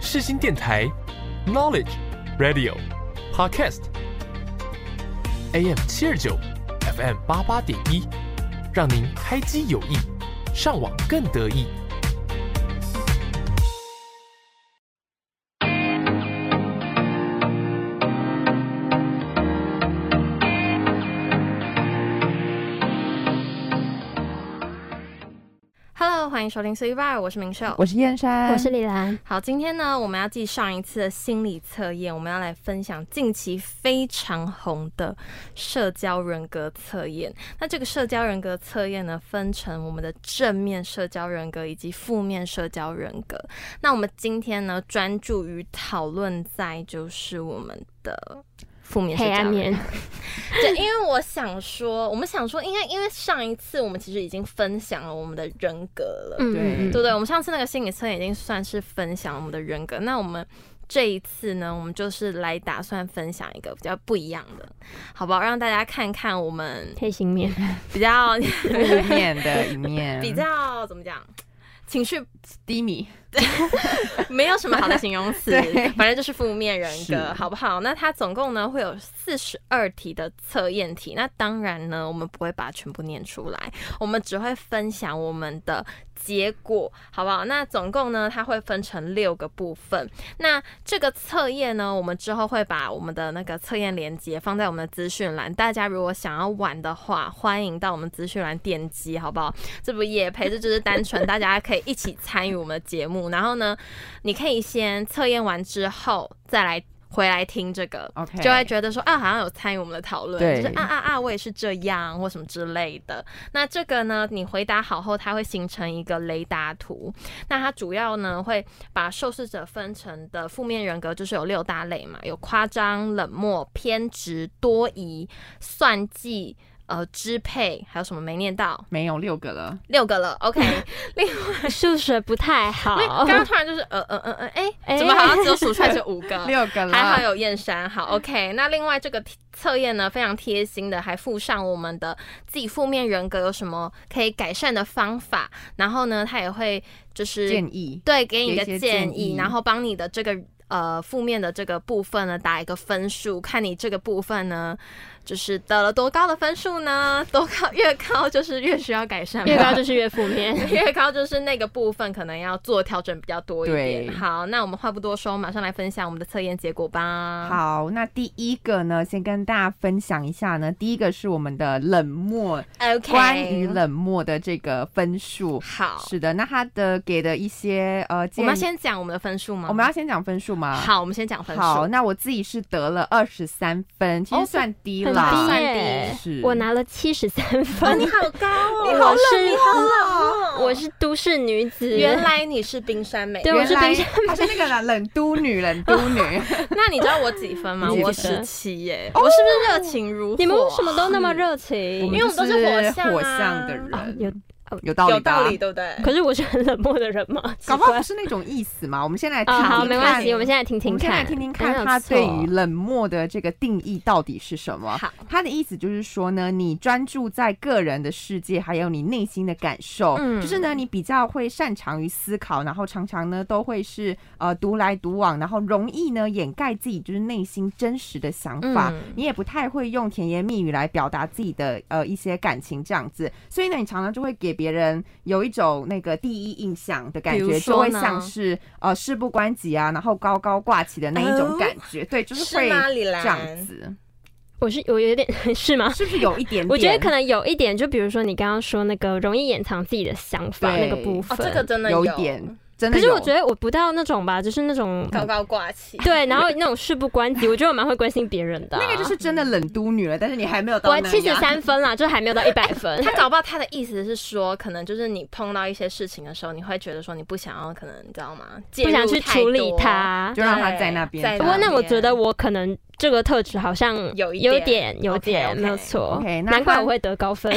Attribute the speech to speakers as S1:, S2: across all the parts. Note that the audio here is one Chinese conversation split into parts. S1: 世新电台 Knowledge Radio Podcast AM 七二九 FM 八八点一，让您开机有益，上网更得意。
S2: Hello，欢迎收听 C Bar，我是明秀。
S3: 我是燕山，
S4: 我是李兰，
S2: 好，今天呢，我们要继上一次的心理测验，我们要来分享近期非常红的社交人格测验。那这个社交人格测验呢，分成我们的正面社交人格以及负面社交人格。那我们今天呢，专注于讨论在就是我们的。负面社
S4: 黑
S2: 交
S4: 暗
S2: 人格
S4: 面，
S2: 对，因为我想说，我们想说，应该因为上一次我们其实已经分享了我们的人格了，
S4: 嗯，
S2: 对不对？我们上次那个心理测验已经算是分享我们的人格，那我们这一次呢，我们就是来打算分享一个比较不一样的，好不好？让大家看看我们
S4: 黑心面，
S2: 比较
S3: 嗯负面的一面，
S2: 比较怎么讲。情绪
S3: 低迷，
S2: 没有什么好的形容词
S3: 对，
S2: 反正就是负面人格，
S3: 是
S2: 好不好？那它总共呢会有四十二题的测验题，那当然呢我们不会把它全部念出来，我们只会分享我们的结果，好不好？那总共呢它会分成六个部分，那这个测验呢，我们之后会把我们的那个测验链接放在我们的资讯栏，大家如果想要玩的话，欢迎到我们资讯栏点击，好不好？这不也陪，这就是单纯大家可以一起参与我们的节目。然后呢，你可以先测验完之后再来回来听这个。
S3: OK
S2: 就会觉得说啊，好像有参与我们的讨论，就
S3: 对
S2: 是啊啊啊，我也是这样或什么之类的。那这个呢，你回答好后，它会形成一个雷达图。那它主要呢会把受试者分成的负面人格就是有六大类嘛，有夸张、冷漠、偏执、多疑、算计。呃，支配还有什么没念到？
S3: 没有六个了，
S2: 六个了，OK。
S4: 数学不太好
S2: 因为，刚刚突然就是呃呃呃呃，哎、
S4: 哎
S2: 怎么好像只有数出来就五个？
S3: 六个
S2: 嗯
S3: 了，嗯
S2: 还好有燕山，好，OK。那另外这个测验呢，非常贴心的，还附上我们的自己负面人格有什么可以改善的方法，然后呢，他也会就是
S3: 建议，
S2: 对，给你一个
S3: 有一些
S2: 建
S3: 建
S2: 议，
S3: 议
S2: 然后帮你的这个呃负面的这个部分呢打一个分数，看你这个部分呢就是得了多高的分数呢，多高越高就是越需要改善吧，
S4: 越高就是越负面。
S2: 越高就是那个部分可能要做调整比较多一点。
S3: 对
S2: 好，那我们话不多说，马上来分享我们的测验结果吧。，
S3: 好，那第一个呢，先跟大家分享一下呢。第一个是我们的冷漠
S2: OK，
S3: 关于冷漠的这个分数。
S2: 好，
S3: 是的，那他的给的一些呃
S2: 我
S3: 建议，
S2: 们要先讲我们的分数吗？
S3: 我们要先讲分数吗？
S2: 好，我们先讲分数。
S3: 好，那我自己是得了二十三分，其
S2: 哦
S3: 实算低
S4: 很
S3: 啦，
S4: 低
S2: 算
S4: 耶
S3: 是
S4: 我拿了七十三
S2: 哇，
S4: 分，
S2: 你好高哦！
S4: 我是
S2: 好冷
S4: 我是都市女子，
S2: 原来你是冰山美人，
S4: 对我
S3: 原
S4: 是
S3: 来
S4: 冰山
S3: 她是那个啦，冷都女，冷都女，
S2: 那你知道我几分吗？
S3: 你几哦
S2: 我
S4: 分
S2: 十七耶，我是不是热情如火？
S4: 你们为什么都那么热
S3: 因
S4: 情？
S2: 为我们都是火象啊
S3: 火象的人，
S4: 哦有，
S3: 有道理，
S2: 有道理，，对不对？
S4: 可是我是很冷漠的人嘛，奇
S3: 搞不好
S4: 怪
S3: 不。是那种意思嘛。我们先来听
S4: 啊，
S3: 听
S4: 好，
S3: 看，
S4: 没关系，我们现在听
S3: 我
S4: 听
S3: 们先来
S4: 看，
S3: 听听
S4: 真的
S3: 看
S4: 有
S3: 他
S4: 错
S3: 对于冷漠的这个定义到底是什么。
S2: 好，
S3: 他的意思就是说呢，你专注在个人的世界，还有你内心的感受，
S2: 嗯
S3: 就是呢，你比较会擅长于思考，然后常常呢都会是呃独来独往，然后容易呢掩盖自己就是内心真实的想法，
S2: 嗯
S3: 你也不太会用甜言蜜语来表达自己的呃一些感情这样子，所以呢，你常常就会给别人有一种那个第一印象的感
S2: 比如
S3: 觉，就
S2: 说
S3: 会
S2: 呢
S3: 像是呃事不关己啊，然后高高挂起的那一种感觉，对，就是
S2: 是
S3: 会
S2: 吗李
S3: 这
S2: 兰
S3: 样子。
S4: 我是我有点 是吗？
S3: 是不是有一点点？
S4: 我觉得可能有一点，就比如说你刚刚说那个容易掩藏自己的想法
S3: 对
S4: 那个部
S2: 哦，
S4: 分，
S2: 这个真的
S3: 有一点，真的
S4: 可
S3: 有。
S4: 是我觉得我不到那种吧，就是那种
S2: 高高挂起。
S4: 对，然后那种事不关己，我觉得我蛮会关心别人的啊、
S3: 那个就是真的冷都女了，但是你还没有到
S4: 我
S3: 那样
S4: 七十，三分啦，就还没有到一百分。
S2: 他搞不好他的意思是说，可能就是你碰到一些事情的时候，你会觉得说你不想要，可能你知道吗？ 介入
S4: 不想去
S2: 太多
S4: 处理它
S3: 就让他
S2: 对
S3: 在那边
S2: 在
S3: 吧
S4: 不过那我觉得我可能这个特质好像
S2: 有一
S4: 有
S2: 点
S4: 点有
S2: OK，
S4: 点
S2: OK
S4: 没有错
S3: OK，那
S4: 难怪
S3: 他
S4: 我会得高分。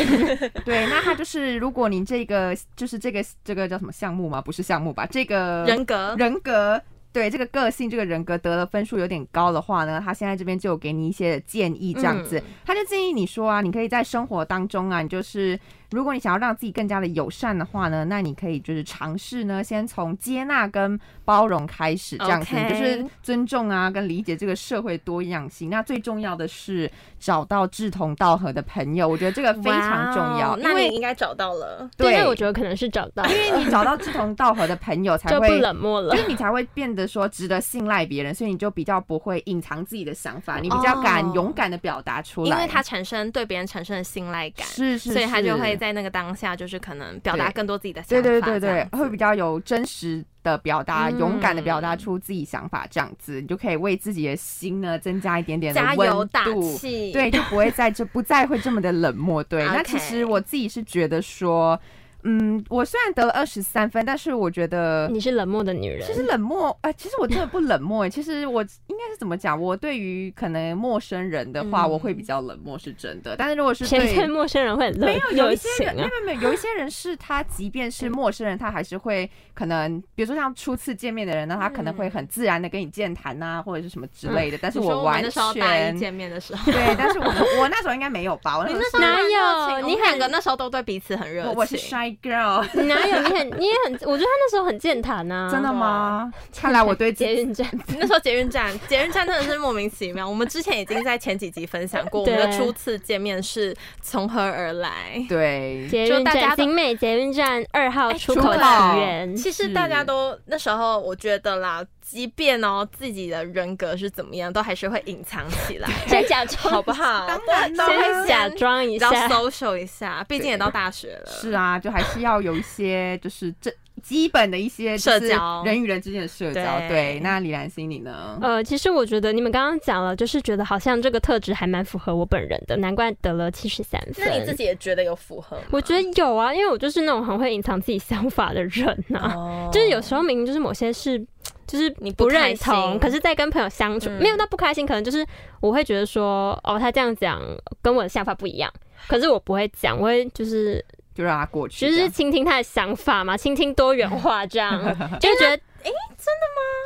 S3: 对，那他就是如果您这个就是这个这个叫什么项目吗？不是项目吧？这个
S2: 人格
S3: 人格。对这个个性，这个人格得了分数有点高的话呢，他现在这边就有
S2: 嗯
S3: 给你一些建议，这样子，他就建议你说啊，你可以在生活当中啊，你就是如果你想要让自己更加的友善的话呢，那你可以就是尝试呢，先从接纳跟包容开始，这样子
S2: OK
S3: 你就是尊重啊，跟理解这个社会多样性。那最重要的是找到志同道合的朋友，我觉得这个非常重
S2: 哇
S3: 要，
S2: 哦
S3: 因
S2: 那你
S3: 为
S2: 应该找到了。
S4: 对，
S3: 对
S4: 那我觉得可能是找到了，
S3: 因为你找到志同道合的朋友 才
S4: 就不
S3: 会
S4: 冷漠 了
S3: 所。以你才会变得说值得信赖别人，所以你就比较不会隐藏自己的想法，你比较敢
S2: 哦
S3: 勇敢的表达出来，
S2: 因为他产生对别人产生了信赖感，
S3: 是是，
S2: 所以他
S3: 是
S2: 就会在那个当下，就是可能表达
S3: 对
S2: 更多自己的想
S3: 对
S2: 法，
S3: 对对
S2: 这
S3: 对
S2: 样，子
S3: 会比较有真实的表达，
S2: 嗯
S3: 勇敢的表达出自己想法，这样子你就可以为自己的心呢增加一点点的
S2: 加油
S3: 温
S2: 打
S3: 度。
S2: 气，
S3: 对，就不会再这不再会这么的冷漠。对
S2: OK
S3: 那其实我自己是觉得说，嗯，我虽然得了二十三分，但是我觉得
S4: 你是冷漠的女人
S3: 其，实冷漠，呃，其实我真的不冷漠。哎其实我应该是怎么讲？我对于可能陌生人的话，
S2: 嗯
S3: 我会比较冷漠，是真的。但是如果是
S4: 谁对
S3: 对
S4: 陌生人会很热
S3: 没有有
S4: 热
S3: 一些
S4: 情
S3: 人，没
S4: 啊
S3: 有？没有，有一些人是他，即便是陌生人，他还是会可能，比如说像初次见面的人呢，他可能会很自然的跟你健谈呐、或者是什么之类的。但是
S2: 嗯你说我们
S3: 完
S2: 那时候大一
S3: 全
S2: 见面的时 候，
S3: 对，但是我我那时候应该没有吧？我那
S2: 你
S3: 时
S2: 那时候
S3: 候
S4: 哪
S2: 很热情
S4: 有
S2: 我
S4: 你
S2: 们两个那时候都对彼此很热
S3: 我
S2: 情，
S3: 我是 shy girl，
S4: 你啊哪有？你很，你也很，我觉得他那时候很健谈
S2: 嗯
S4: 呐。
S3: 真的吗？
S2: 哦
S3: 看来我对自
S4: 捷运站，
S2: 那时候捷运站， 捷运站真的是莫名其妙。我们之前已经在前几集分享过，我们
S4: 对
S2: 的初次见面是从何而来。
S3: 对
S4: 捷
S2: 嗯就
S4: 运
S2: 大家
S4: 站，
S2: 都
S4: 景美捷运站二号
S2: 哎
S4: 出
S3: 出
S4: 口
S3: 口
S4: 起 源。
S2: 其实
S3: 是
S2: 大家都那时候，我觉得啦，即便哦自己的人格是怎么样，都还是会隐藏起来，
S4: 先假装，
S2: 好不好？
S3: 当然
S2: 都
S3: 啦
S2: 会
S4: 先假
S2: 先
S4: 装一
S2: 比较
S4: 下。
S2: social 一下，毕竟也到大学了。
S3: 是啊，就还是要有一些就是这基本的一些
S2: 社
S3: 就是
S2: 交
S3: 人与人之间的社交。
S2: 对
S3: 对，那李兰心你呢？
S4: 呃，其实我觉得你们刚刚讲了，就是觉得好像这个特质还蛮符合我本人的，难怪得了七十三分。
S2: 那你自己也觉得有符合吗？
S4: 我觉得有啊，因为我就是那种很会隐藏自己想法的人呐、
S2: 哦
S4: 就是有时候明明就是某些事，就是
S2: 你不
S4: 不
S2: 开
S4: 认
S2: 心
S4: 同，可是，在跟朋友相处，
S2: 嗯
S4: 没有到不开心，可能就是我会觉得说，哦，他这样讲跟我的想法不一样，可是我不会讲，我会就是
S3: 就让他过去
S4: 就
S3: 这样。
S4: 是倾听他的想法嘛，倾听多元化这样，就会觉得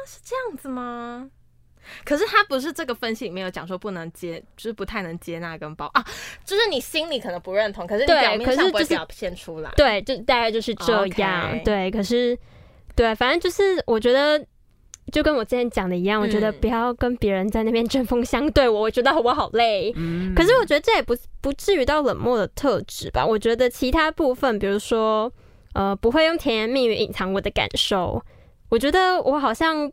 S2: 是这样子吗？可是他不是这个分析里面有讲说不能接，就是不太能接纳跟包啊，就是你心里可能不认同，可是你
S4: 对
S2: 表面
S4: 可
S2: 上
S4: 是
S2: 不会
S4: 就是
S2: 表现出来。
S4: 对，就大概就是这样。
S2: OK
S4: 对，可是对，反正就是我觉得。就跟我之前讲的一样，我觉得
S2: 嗯
S4: 不要跟别人在那边针锋相对，我我觉得我好累。
S3: 嗯
S4: 可是我觉得这也不不至于到冷漠的特质吧。我觉得其他部分，比如说，呃，不会用甜言蜜语隐藏我的感受。我觉得我好像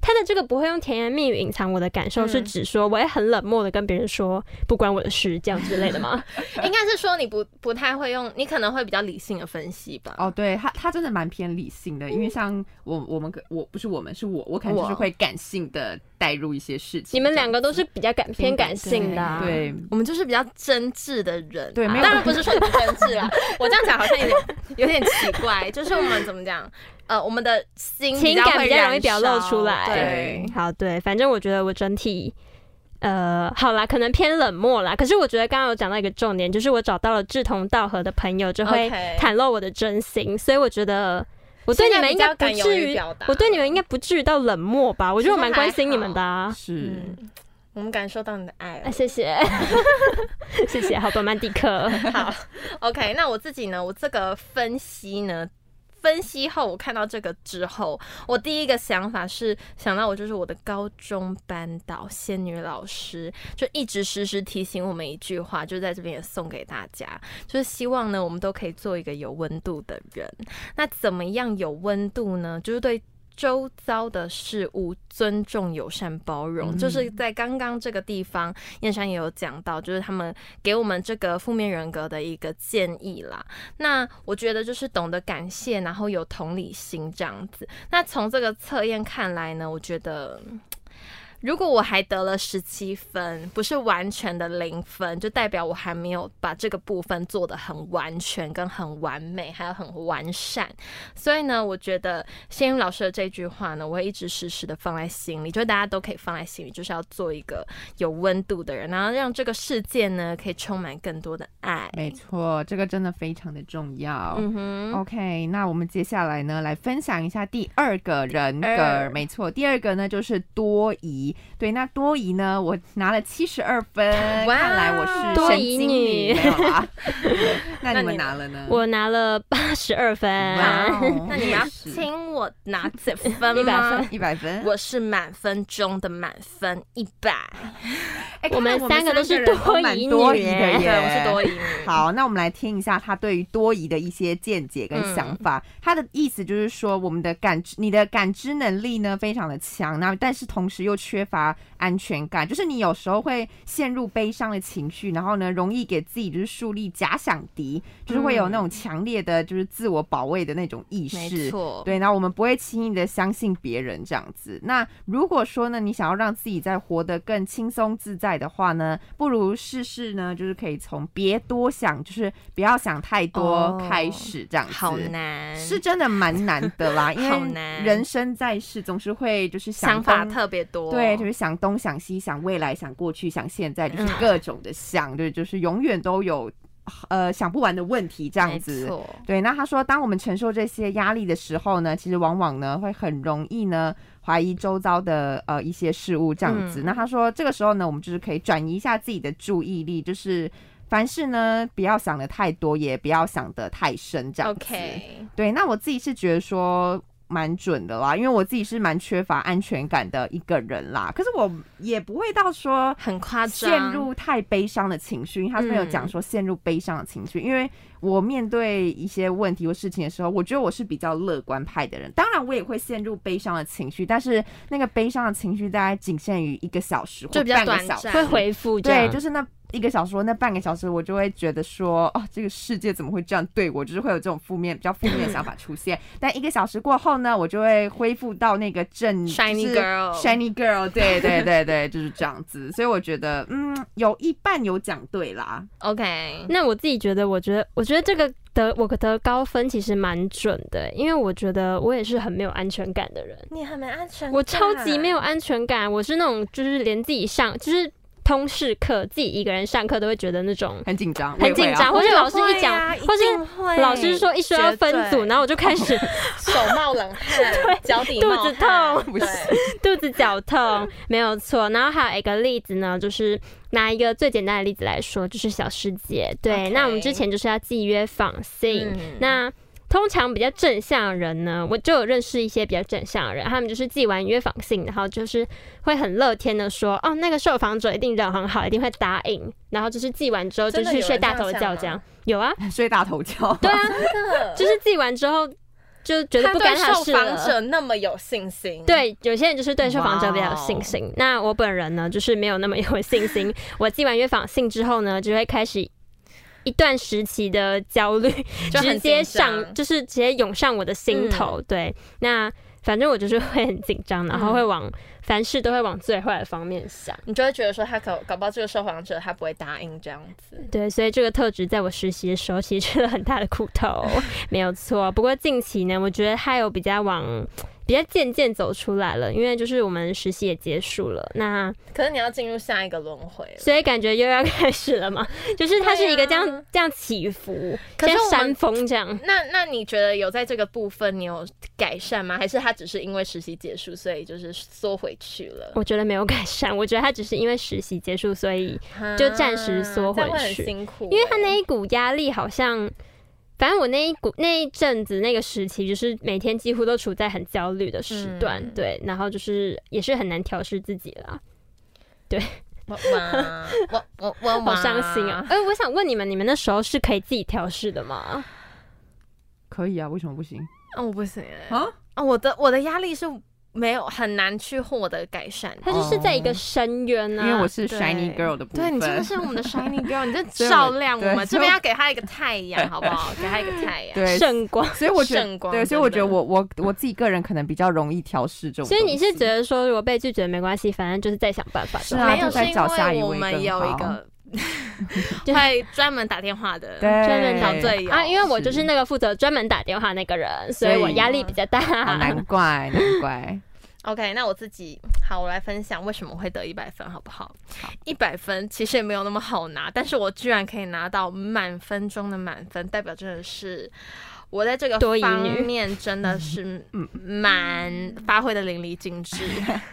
S4: 他的这个不会用甜言蜜语隐藏我的感受，
S2: 嗯
S4: 是指说我也很冷漠的跟别人说不关我的事这样之类的吗？
S3: 嗯
S2: 应该是说你不不太会用，你可能会比较理性的分析吧。
S3: 哦，对他，他真的蛮偏理性的，因
S4: 嗯
S3: 为像我，我们可我不是我们，是我，我可能就是
S2: 我
S3: 会感性的带入一些事情。
S4: 你们
S3: 这样
S4: 两个都是比较感偏感
S3: 对
S4: 性的、啊，
S3: 对，
S2: 我们就是比较真挚的人啊，
S3: 对没有
S2: 当然不是说你不真挚啦，我这样讲好像有点有点奇怪，就是我们怎么讲，呃，我们的心
S4: 情感
S2: 会
S4: 比较容易
S2: 燃
S4: 表露
S2: 烧
S4: 出来。
S2: 对，
S4: 好，对，反正我觉得我整体，呃，好啦，可能偏冷漠啦。可是我觉得刚刚有讲到一个重点，就是我找到了志同道合的朋友，就会
S2: OK
S4: 袒露我的真心所以我觉得我对你们应该不
S2: 现在比较敢勇
S4: 至
S2: 于
S4: 于
S2: 表达，
S4: 我对你们应该不至于到冷漠吧？我觉得我蛮关心你们的、啊。
S3: 是。
S2: 嗯，我们感受到你的爱
S4: 啊，
S2: 了。
S4: 谢谢， 谢谢，好吧，曼迪克，
S2: 好，OK，那我自己呢，我这个分析呢。分析后，我看到这个之后，我第一个想法是想到我就是我的高中班导仙女老师，就一直时时提醒我们一句话，就在这边也送给大家，就是希望呢我们都可以做一个有温度的人。那怎么样有温度呢？就是对周遭的事物尊重、友善、包容，
S3: 嗯
S2: 就是在刚刚这个地方，燕山也有讲到，就是他们给我们这个负面人格的一个建议啦。那我觉得就是懂得感谢，然后有同理心这样子。那从这个测验看来呢，我觉得。嗯如果我还得了十七分，不是完全的零分，就代表我还没有把这个部分做得很完全、跟很完美，还有很完善。所以呢，我觉得仙女老师的这句话呢，我会一直时时的放在心里，就大家都可以放在心里，就是要做一个有温度的人，然后让这个世界呢可以充满更多的爱。
S3: 没错，这个真的非常的重要。
S2: 嗯哼，
S3: OK，那我们接下来呢，来分享一下第二个人格。
S2: 二
S3: 没错，第二个呢就是多疑。疑。对，那多疑呢，我拿了七十二分，
S2: 哇
S3: 看来我是
S4: 多
S3: 神
S4: 疑
S3: 经
S4: 女
S3: 没有啦。对那
S2: 那
S3: 你们
S2: 你
S3: 拿了呢？
S4: 我拿了八十二分，
S3: 哇哦
S2: 那你 们要听我拿几分吗？
S3: 一百分。
S2: 我是满分中的满分一 百，
S3: 哎
S4: 我们
S3: 看来
S4: 三个都是
S3: 三人
S4: 多
S3: 蛮
S4: 疑
S3: 多
S4: 女
S3: 疑
S4: 耶
S3: 的
S2: 对，
S3: 耶，
S2: 我是 多。疑女。
S3: 好，那我们来听一下他对于多疑的一些见解跟想法。
S2: 嗯
S3: 他的意思就是说，我们的感知，你的感知能力呢非常的强，那但是同时又缺乏安全感，就是你有时候会陷入悲伤的情绪，然后呢容易给自己就是树立假想敌，就是会有那种强烈的就是自我保卫的那种意
S2: 嗯没
S3: 识。
S2: 错，
S3: 对，那我们不会轻易的相信别人这样子。那如果说呢，你想要让自己再活得更轻松自在的话呢，不如试试呢，就是可以从别多想，就是不要想太多
S2: 哦
S3: 开始这样子。
S2: 好难，
S3: 是真的蛮难 的啦，因
S2: 好
S3: 为
S2: 难
S3: 人生在世总是会就是
S2: 想
S3: 想
S2: 法
S3: 东
S2: 特别多。
S3: 对，就是想东想西，想未来，想过去，想现在，就是
S2: 嗯
S3: 各种的想，对，就是永远都有呃想不完的问题这样子
S2: 没。错
S3: 对，那他说，当我们承受这些压力的时候呢，其实往往呢会很容易呢怀疑周遭的呃一些事物这样子。
S2: 嗯
S3: 那他说，这个时候呢，我们就是可以转移一下自己的注意力，就是凡事呢不要想的太多，也不要想的太深这样子。
S2: OK，
S3: 对，那我自己是觉得说蛮准的啦，因为我自己是蛮缺乏安全感的一个人啦。可是我也不会到说
S2: 很夸张，
S3: 陷入太悲伤的情绪，因为他是没有
S2: 嗯
S3: 讲说陷入悲伤的情绪，因为我面对一些问题或事情的时候，我觉得我是比较乐观派的人。当然，我也会陷入悲伤的情绪，但是那个悲伤的情绪大概仅限于一个小时或
S2: 就比较
S3: 半个
S2: 短
S3: 小时
S2: 暂，
S4: 会回复这
S3: 对，
S4: 样，
S3: 就是那一个小时，那半个小时，我就会觉得说，哦，这个世界怎么会这样对我？就是会有这种负面、比较负面的想法出现。但一个小时过后呢，我就会恢复到那个正
S2: Shiny
S3: 就是
S2: girl
S3: shiny girl，对 对对对，就是这样子。所以我觉得，嗯，有一半有讲对啦，
S2: OK，
S4: 那我自己觉得，我觉得，我觉得这个得我得高分其实蛮准的，欸因为我觉得我也是很没有安全感的人，
S2: 你很没安全感
S4: 我超级没有安全感，我是那种就是连自己上就是通识课自己一个人上课都会觉得那种
S3: 很紧张，
S4: 很
S3: 我也会
S4: 紧
S3: 啊
S4: 张，或者老师一讲，
S2: 我也会啊
S4: 或
S2: 一定
S4: 是
S2: 会
S4: 老师说一说要分组，
S2: 绝对
S4: 然后我就开始
S2: 手冒冷 汗，脚底
S4: 肚
S2: 冒
S4: 子
S2: 汗
S4: 痛
S3: 不
S2: 对
S4: 肚子绞痛，没有错。然后还有一个例子呢，就是拿一个最简单的例子来说，就是小师姐。对
S2: OK
S4: 那我们之前就是要记约访 sing，、
S2: 嗯
S4: 那通常比较正向的人呢，我就有认识一些比较正向的人，他们就是寄完约访信，然后就是会很乐天的说，哦，那个受访者一定人很好，一定会答应，然后就是寄完之后就
S2: 真的
S4: 去
S2: 有
S4: 睡
S2: 人
S4: 大
S2: 这
S4: 头
S2: 样
S4: 觉，
S2: 想
S4: 这样
S2: 吗
S4: 有啊，
S3: 睡大头觉，
S4: 对啊，
S2: 真的
S4: 就是寄完之后就觉得不干
S2: 他
S4: 他
S2: 对受
S4: 事
S2: 访
S4: 了。
S2: 者那么有信心，，
S4: 对，有些人就是对受访者比较
S2: 嗯
S4: 有
S2: 哇哦
S4: 信心。那我本人呢，就是没有那么有信 心。我寄完约访信之后呢，就会开始一段时期的焦虑，
S2: 就很
S4: 直接
S2: 紧张嗯
S4: 上，就是直接涌上我的心头。对，那反正我就是会很紧张，然后会往、凡事都会往最坏的方面想。
S2: 你就会觉得说他搞搞不好这个受访者他不会答应这样子，
S4: 对，所以这个特质在我实习的时候其实吃了很大的苦头，没有 错。不过近期呢，我觉得它有比较往。比较渐渐走出来了，因为就是我们实习也结束了，那
S2: 可是你要进入下一个轮回了。
S4: 所以感觉又要开始了嘛， 就是它是一个这样、
S2: 对啊
S4: 这样起伏，
S2: 可是
S4: 像
S2: 我们
S4: 山峰这样。
S2: 那那你觉得有在这个部分你有改善吗？还是他只是因为实习结束，所以就是缩回去了？
S4: 我觉得没有改善，我觉得他只是因为实习结束，所以就暂时缩回
S2: 啊这样会很
S4: 去
S2: 辛苦欸、
S4: 因为他那一股压力好像，反正我那一股那一阵子那个时期，就是每天几乎都处在很焦虑的时段，
S2: 嗯
S4: 对，然后就是也是很难调试自己啦，
S2: 哇哇我我我
S4: 好伤心啊！！哎、我想问你们，你们那时候是可以自己调试的吗？
S3: 可以啊，为什么不行
S2: 啊我不行哎、
S3: 啊？
S2: 啊我的我的压力是没有很难去获得改善的。
S4: 他就是在一
S2: 哦
S4: 个深渊
S3: 因
S4: 啊，
S3: 为我是
S2: 对
S3: shiny girl 的部分，
S2: 对你真的是我们的 shiny girl，你 在
S3: 所以我
S2: 照亮我
S3: 对
S2: 们。这边要给他一个太阳，好不好？给他一个太阳。
S3: 对，
S4: 圣光。
S3: 所以我觉
S2: 圣
S3: 得，
S2: 光
S3: 对，所
S2: 真
S3: 以我觉
S2: 的
S3: 得我我我自己个人可能比较容易调试这种东
S4: 所
S3: 西，
S4: 以你是觉得说，如果被拒绝没关系，反正就是再想办法。
S3: 是啊
S2: 没
S4: 没
S2: 有
S4: 有
S3: 就在
S2: 是因
S3: 找下一
S2: 为我
S3: 位
S2: 们
S3: 更
S2: 有一
S3: 好
S2: 个会专门打电话的，
S3: 对
S4: 专门
S2: 找
S4: 打
S2: 队友
S4: 啊，因为我就是那个负责专门打电话那个人，所以我压力比较大。
S3: 啊，难怪难 怪，
S2: OK，那我自己好，我来分享为什么会得一百分，好不好？一百分其实也没有那么好拿，但是我居然可以拿到满分中的满分，代表真的是我在这个
S4: 多疑
S2: 方
S4: 女
S2: 面真的是
S3: 嗯
S2: 蛮发挥的淋漓尽 致，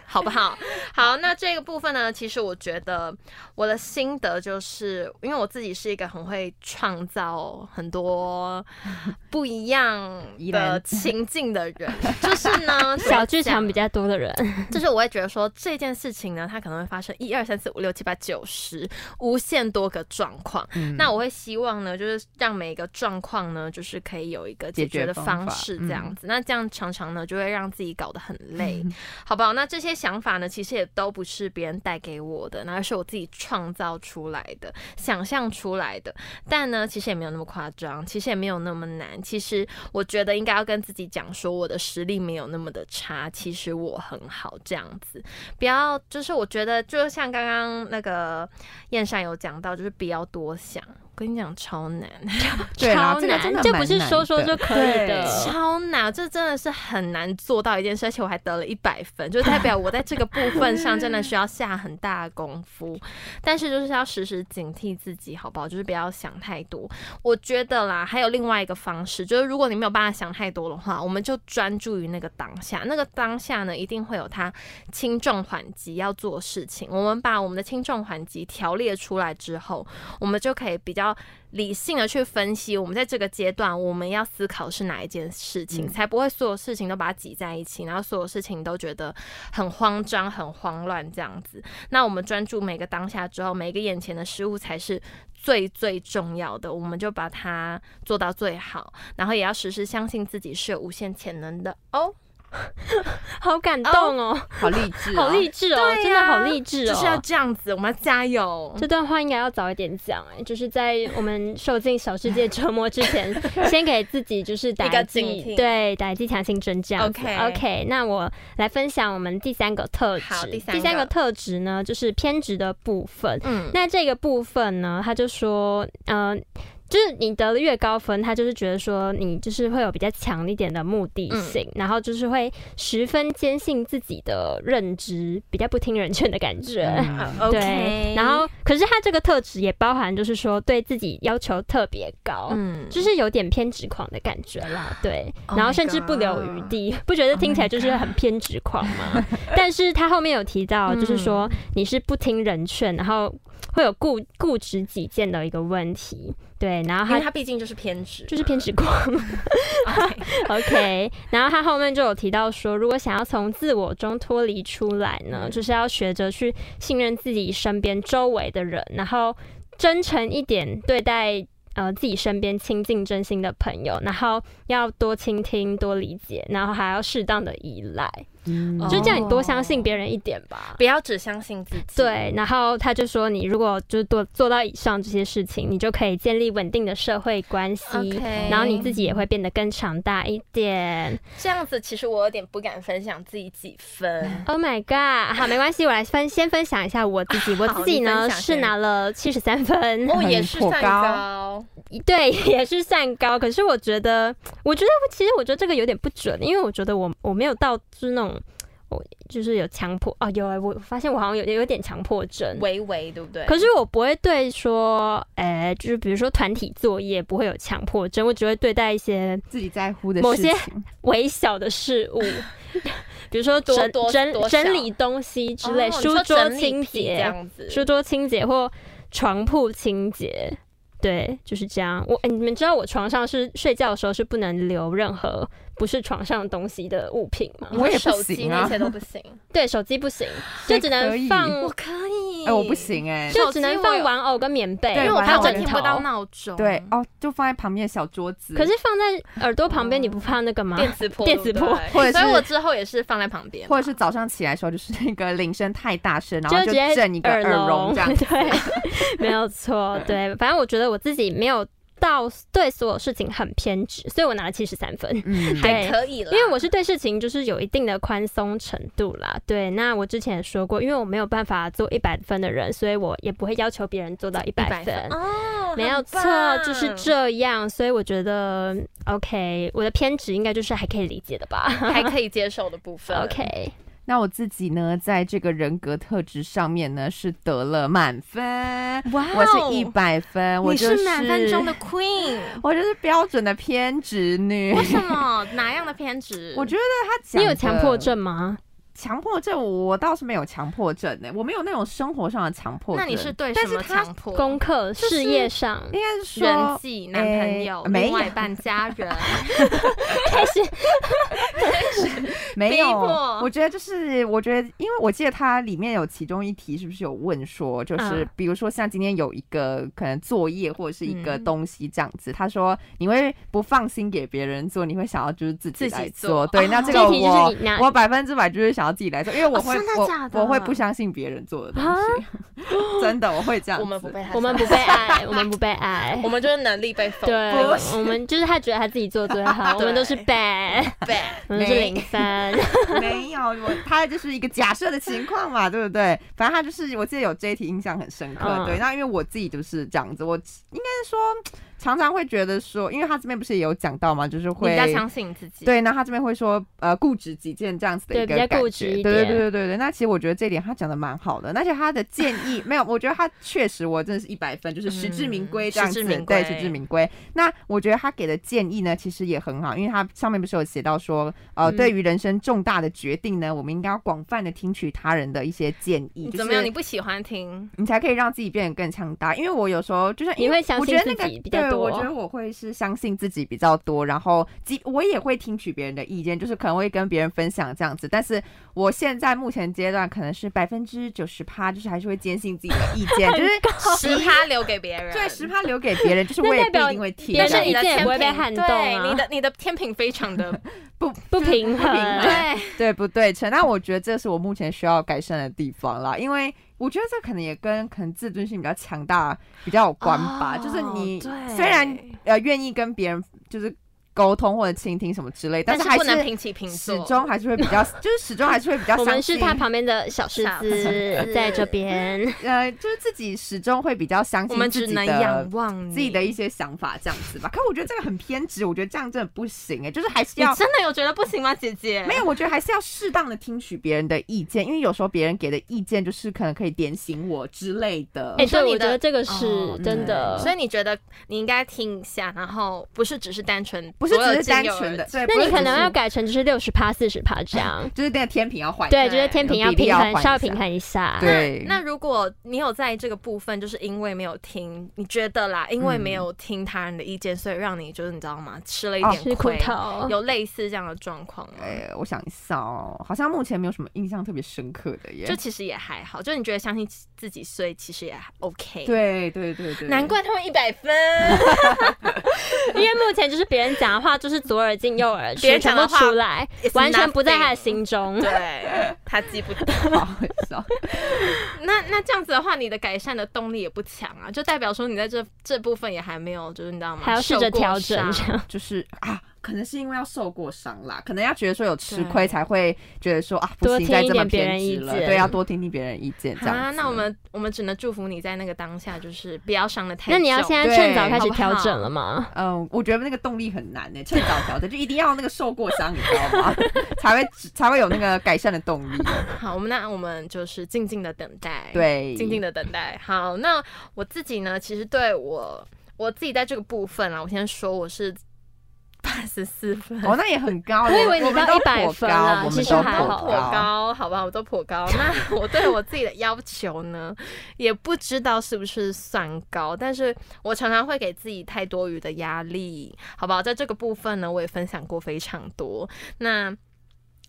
S2: 好不好？好，那这个部分呢，其实我觉得我的心得就是，因为我自己是一个很会创造很多 不一样
S3: 宜
S2: 的
S3: 兰
S2: 情境的 人，就是呢，
S4: 小剧
S2: 怎么讲
S4: 场比较多的人，
S2: 就是我会觉得说这件事情呢，它可能会发生一二三四五六七八九十无限多个状况。
S3: 嗯
S2: 那我会希望呢，就是让每一个状况呢，就是可以有一个解
S3: 解决
S2: 决的方
S3: 方法
S2: 式这样子。那这样常常呢，就会让自己搞得很累，好不好？那这些想法呢，其实也都不是别人带给我的，那是我自己创造出来的、想象出来的。但呢，其实也没有那么夸张，其实也没有那么难。其实我觉得应该要跟自己讲说，我的实力没有那么的差，其实我很好这样子。不要，就是我觉得，就像刚刚那个燕山有讲到，就是不要多想。我跟你讲，超难，
S3: 对啦
S4: 超，
S3: 这个
S4: 难
S3: 真，的
S4: 这
S3: 蛮
S4: 不是
S3: 难
S4: 说说
S3: 的
S4: 就可以
S3: 对
S4: 的。
S2: 超难，这真的是很难做到一件事，而且我还得了一百分，就代表我在这个部分上真的需要下很大的功夫。但是就是要时时警惕自己，好不好？就是不要想太多。我觉得啦，还有另外一个方式，就是如果你没有办法想太多的话，我们就专注于那个当下。那个当下呢，一定会有它轻重缓急要做的事情。我们把我们的轻重缓急条列出来之后，我们就可以比较理性的去分析，我们在这个阶段我们要思考是哪一件事情，
S3: 嗯
S2: 才不会所有事情都把它挤在一起，然后所有事情都觉得很慌张、很慌乱这样子。那我们专注每个当下之后，每个眼前的事物才是最最重要的，我们就把它做到最好，然后也要时时相信自己是有无限潜能的哦。
S4: 好感动哦，
S3: 好励志哦，
S4: 好励志哦，
S2: 对呀
S4: 真的好励志
S2: 就是要
S4: 哦。
S2: 这样子，我们要加油。
S4: 这段话应该要早一点讲哎、就是在我们受尽小世界折磨之 前，先给自己就是打
S2: 一个
S4: 记
S2: 警惕
S4: 对，打一剂强心针这样子。
S2: OK
S4: OK，那我来分享我们第三个特质
S2: 好。第三个
S4: 特质呢，就是偏执的部分。
S2: 嗯，
S4: 那这个部分呢，他就说，呃，就是你得了越高分，他就是觉得说你就是会有比较强一点的目的
S2: 嗯
S4: 性，然后就是会十分坚信自己的认知，比较不听人劝的感觉。
S3: 嗯
S2: 呃 OK，
S4: 对，然后可是他这个特质也包含，就是说对自己要求特别高，
S2: 嗯，
S4: 就是有点偏执狂的感觉啦，对，
S2: Oh
S4: 然后
S2: my
S4: 甚至不留余地，不觉得听起来就是很偏执狂吗？ 但是他后面有提到，
S2: Oh 嗯
S4: 就是说你是不听人劝，然后会有固固执己见的一个问题，对，然后
S2: 因为
S4: 他
S2: 他毕竟就是偏执，
S4: 就是偏 执狂
S2: OK
S4: ，OK，然后他后面就有提到说，如果想要从自我中脱离出来
S2: 嗯
S4: 呢，就是要学着去信任自己身边周围的人，然后真诚一点对待呃自己身边亲近真心的朋友，然后要多倾听、多理解，然后还要适当的依赖，
S3: 嗯
S2: 哦
S4: 就叫你多相信别人一点吧。
S2: 不要只相信自己。
S4: 对，然后他就说，你如果就是多做到以上这些事情，你就可以建立稳定的社会关系。
S2: ，OK，
S4: 然后你自己也会变得更强大一点。
S2: 这样子，其实我有点不敢分享自己几分。
S4: Oh my god！好，没关系，我来分先分享一下我 自己。我
S2: 好
S4: 自己
S2: 你分
S4: 呢
S2: 享
S4: 是
S2: 先
S4: 拿了七十三 分，
S2: 哦，也是
S3: 很颇
S2: 算
S3: 高
S2: 高，
S4: 对，也是算高。可是我觉得，我觉得其实我觉得这个有点不准，因为我觉得我我没有到就是那种我就是有强迫哦，有欸我发现我好像有有点强迫症。
S2: 微微，对不对？
S4: 可是我不会对说，呃，就是比如说团体作业不会有强迫症，我只会对待一些
S3: 自己在乎的
S4: 某
S3: 事
S4: 些
S3: 情，
S4: 微小的事物， 比如说
S2: 多
S4: 整
S2: 多
S4: 整
S2: 多小
S4: 整理东西之类，
S2: 哦你
S4: 书
S2: 说
S4: 桌
S2: 整理
S4: 清
S2: 癖这
S4: 洁、
S2: 样子，
S4: 书桌清洁或床铺清洁，对，就是这样。我、哎你们知道我床上是睡觉的时候是不能留任何不是床上东西的物品吗？
S2: 嗯
S3: 我也不
S2: 手机
S3: 行
S2: 那
S3: 啊
S2: 些都不行，嗯
S4: 对，手机不行，就
S3: 谁
S4: 只
S3: 可
S4: 能
S3: 以
S4: 放，
S2: 我可以。
S3: 哎，我不，行哎，
S4: 就
S2: 手
S4: 只能
S2: 机我
S4: 放
S2: 有
S4: 玩偶跟棉被，
S3: 对
S2: 因为我
S3: 玩
S4: 还
S2: 怕
S4: 有
S3: 偶
S2: 我
S4: 枕
S2: 听
S4: 头
S2: 不。到闹钟。
S3: 对，哦，就放在旁边的小桌子，
S4: 可是放在耳朵旁边，你不怕那个吗？
S2: 哦电磁波，
S4: 电磁
S2: 对不
S4: 波
S2: 对
S3: 或者
S2: 所以
S3: 是
S2: 我之后也是放在旁边嘛，
S3: 或者是早上起来的时候，就是那个铃声太大声，然
S4: 就
S3: 后
S4: 直接
S3: 震一个耳
S4: 聋
S3: 聋 这样子。
S4: 对，没有错，对，反正我觉得我自己没有到对所有事情很偏执，所以我拿了七十三分。
S3: 嗯，
S4: 对
S2: 还可以了。
S4: 因为我是对事情就是有一定的宽松程度啦，对。那我之前也说过，因为我没有办法做一百分的人，所以我也不会要求别人做到一百
S2: 100
S4: 分。
S2: 分哦，
S4: 没有
S2: 很
S4: 错，
S2: 棒
S4: 就是 这样。所以我觉得，OK，我的偏执应该就是还可以理解的吧。
S2: 还可以接受的部分。
S4: OK，
S3: 那我自己呢，在这个人格特质上面呢，是得了满分，
S2: 哇哦，
S3: 我是一百分，我
S2: 你
S3: 就是
S2: 满分中的 queen，
S3: 我就是标准的偏执女。
S2: 为什么？哪样的偏执？
S3: 我觉得他讲
S4: 你
S3: 的
S4: 有强迫，症吗？
S3: 强迫症我倒是没有强迫症欸呢、我没有那种生活上的强迫症。
S2: 那你是对
S3: 但
S2: 什
S3: 是
S2: 么
S3: 他
S2: 强迫？
S4: 功课、
S3: 就是
S4: 事业上，
S3: 应该是说
S2: 人际、男朋友、
S3: 哎没有
S2: 另外一半、 家人，
S4: 开始
S3: 没有
S2: 逼迫，
S3: 我觉得就是，我觉得，因为我记得它里面有其中一题是不是有问说，就是
S4: 嗯
S3: 比如说像今天有一个可能作业或者是一个
S2: 嗯
S3: 东西这样子，他说你会不放心给别人做，你会想要就是自
S2: 自
S3: 己
S2: 己
S3: 来
S2: 做
S3: 对，那
S2: 哦
S3: 这
S4: 这
S3: 个
S4: 一题就是
S3: 我
S4: 你拿
S3: 我百分之百就是想要自己来做，因为我
S2: 哦
S3: 会
S2: 真的假的啊
S3: 我我会不相信别人做的东西，真的我会这样子。
S2: 我们不被他，
S4: 我们不被爱，我们不被爱
S2: 我。们就是能力被否
S4: 对
S3: 不，是
S4: 我们就是他觉得他自己做 最好，我们都是 bad，
S2: 被。
S4: 我们是零分。
S3: 没有，我他就是一个假设的情况嘛，对不对？反正他就是，我记得有这一题印象很深刻。
S4: 嗯
S3: 对，那因为我自己就是这样子，我应该是说常常会觉得说，因为他这边不是也有讲到嘛，就是
S2: 你
S3: 会
S2: 比较相信你自己，，
S3: 对，那他这边会说呃固执己见这样子的一
S4: 对
S3: 个
S4: 比较
S3: 感
S4: 固
S3: 觉，
S4: 执一
S3: 对对
S4: 点
S3: 对对对对。那其实我觉得这一点他讲的蛮好的，而且他的建议 没有，我觉得他确实我真的是一百分，就是实至名归
S2: 嗯
S3: 这样
S2: 实
S3: 子，
S2: 至名归
S3: 对，实至名归。那我觉得他给的建议呢，其实也很好，因为他上面不是有写到说，呃，
S2: 嗯
S3: 对于人生重大的决定呢，我们应该要广泛的听取他人的一些建
S2: 你
S3: 议，就是
S2: 怎么样？你不喜欢 听？
S3: 你才可以让自己变得更强大。因为我有时候就是
S4: 你会相信
S3: 我觉得那
S4: 自
S3: 个
S4: 己比较多
S3: 对，我觉得我会是相信自己比较多，然后即我也会听取别人的意见，就是可能会跟别人分享这样子。但是我现在目前阶段可能是百分之九十趴，就是还是会坚信自己的意 见，就是
S2: 十趴留给别人，
S3: 对十趴留给别人，就是
S4: 那
S3: 我也
S4: 代
S3: 不
S4: 表
S3: 一定会听。
S4: 别
S2: 但
S4: 人
S2: 是
S4: 意
S2: 你的
S4: 见
S2: 天
S4: 也不会被
S2: 平
S4: 撼动啊
S2: 对，你的你的天平非常 的
S3: 不
S4: 不平衡
S2: 对，
S3: 对不对称？那我觉得这是我目前需要改善的地方啦，因为我觉得这可能也跟可能自尊心比较强大比较有关吧。
S2: 哦
S3: 就是你
S2: 对
S3: 虽然呃愿意跟别人就是沟通或者倾听什么之类，但
S2: 是
S3: 还
S2: 不能
S3: 是
S2: 平起平
S3: 始
S2: 坐，
S3: 终还是会比较，就是始终还是会比较
S4: 我
S3: 相
S4: 们是
S3: 信
S4: 他旁边的小狮
S2: 小狮
S4: 子
S2: 子，
S4: 在这 边。
S3: 呃，就是自己始终会比较相
S2: 我
S3: 信
S2: 们
S3: 自
S2: 只
S3: 己
S2: 能
S3: 的
S2: 仰。望你
S3: 自己的一。些想法这样子吧，可我觉得这个很偏执，我觉得这样真的不行哎、就是还是
S2: 你
S3: 要
S2: 真的有觉得不行吗，姐姐？
S3: 没有，我觉得还是要适当的听取别人的意见，因为有时候别人给的意见就是可能可以点醒我之类的。
S4: 哎，
S2: 你说
S4: 对，
S2: 你
S4: 我觉
S2: 的
S4: 得这个
S3: 哦
S4: 是真的。
S2: 所以你觉得你应该听一下，然后不是只是单纯，
S3: 不是
S2: 所有
S3: 只是单
S2: 精油
S3: 纯的
S2: 而，
S3: 对，不
S4: 那
S3: 是
S4: 你可
S3: 只
S4: 能
S3: 是。
S4: 要改成就是六十趴、四十趴这样
S3: 就是那个天平要换。
S4: 对，
S2: 对
S4: 就是天平要
S3: 有比例
S4: 平
S3: 要
S4: 衡，
S3: 换
S4: 稍微
S3: 一下
S4: 平衡一下。
S3: 对
S2: 那如果你有在这个部分，就是因为没有听，你觉得啦，因为没有听他人的意见，所以让你就是你知道吗，吃了一
S3: 哦
S2: 点
S4: 吃苦
S2: 亏，
S4: 头。
S2: 有类似这样的状况吗？
S3: 哎，我想一下哦，好像目前没有什么印象特别深刻的耶
S2: 就。其实也还好，就你觉得相信自己，所以其实也还 OK。，
S3: 对对对对，
S2: 难怪他们一百 分，
S4: 因为目前就是别人讲的话就是左耳进右耳出，
S2: 别人讲的
S4: 全部出
S2: 话
S4: 来
S2: is，
S4: 完全不在
S2: nothing
S4: 他的心中。
S2: 对他记不得。
S3: 好好笑。
S2: 那那这样子的话，你的改善的动力也不强啊，就代表说你在这这部分也还没有，就是你知道吗？
S4: 还要试着
S2: 受过
S4: 调
S2: 伤
S4: 整这样
S3: 就是啊，可能是因为要受过伤啦，可能要觉得说有吃
S2: 对
S3: 亏才会觉得说啊，不
S4: 多
S3: 行，
S4: 听
S3: 再
S4: 一
S3: 这么
S4: 点别
S3: 偏
S4: 人意
S3: 执了，
S4: 见
S3: 对，要多听听别人意见这
S2: 啊，
S3: 样子。
S2: 那我们我们只能祝福你在那个当下，就是不要伤的太久。
S4: 那你要现在
S3: 对
S4: 趁早开始
S2: 好不
S4: 调
S2: 好
S4: 整了吗？
S3: 嗯，我觉得那个动力很难呢、趁早调整，就一定要那个受过伤，你知道吗？ 才会才会有那个改善的动力。
S2: 好，我们那我们就是静静的等待，，
S3: 对，
S2: 静静的等待。好，那我自己呢，其实对我我自己在这个部分啊，我先说我是八十四分。
S3: 哦，那也很高了。
S4: 我以为你
S3: 们
S4: 到
S3: 都
S4: 100
S3: 颇
S4: 分
S3: 高
S4: 啦
S3: 我
S4: 其
S3: 们
S4: 实
S3: 都
S4: 还
S3: 颇
S4: 好啊
S2: 颇高，好吧，我都颇高。那我对我自己的要求呢，也不知道是不是算高，但是我常常会给自己太多余的压力，好不好？在这个部分呢，我也分享过非常多。那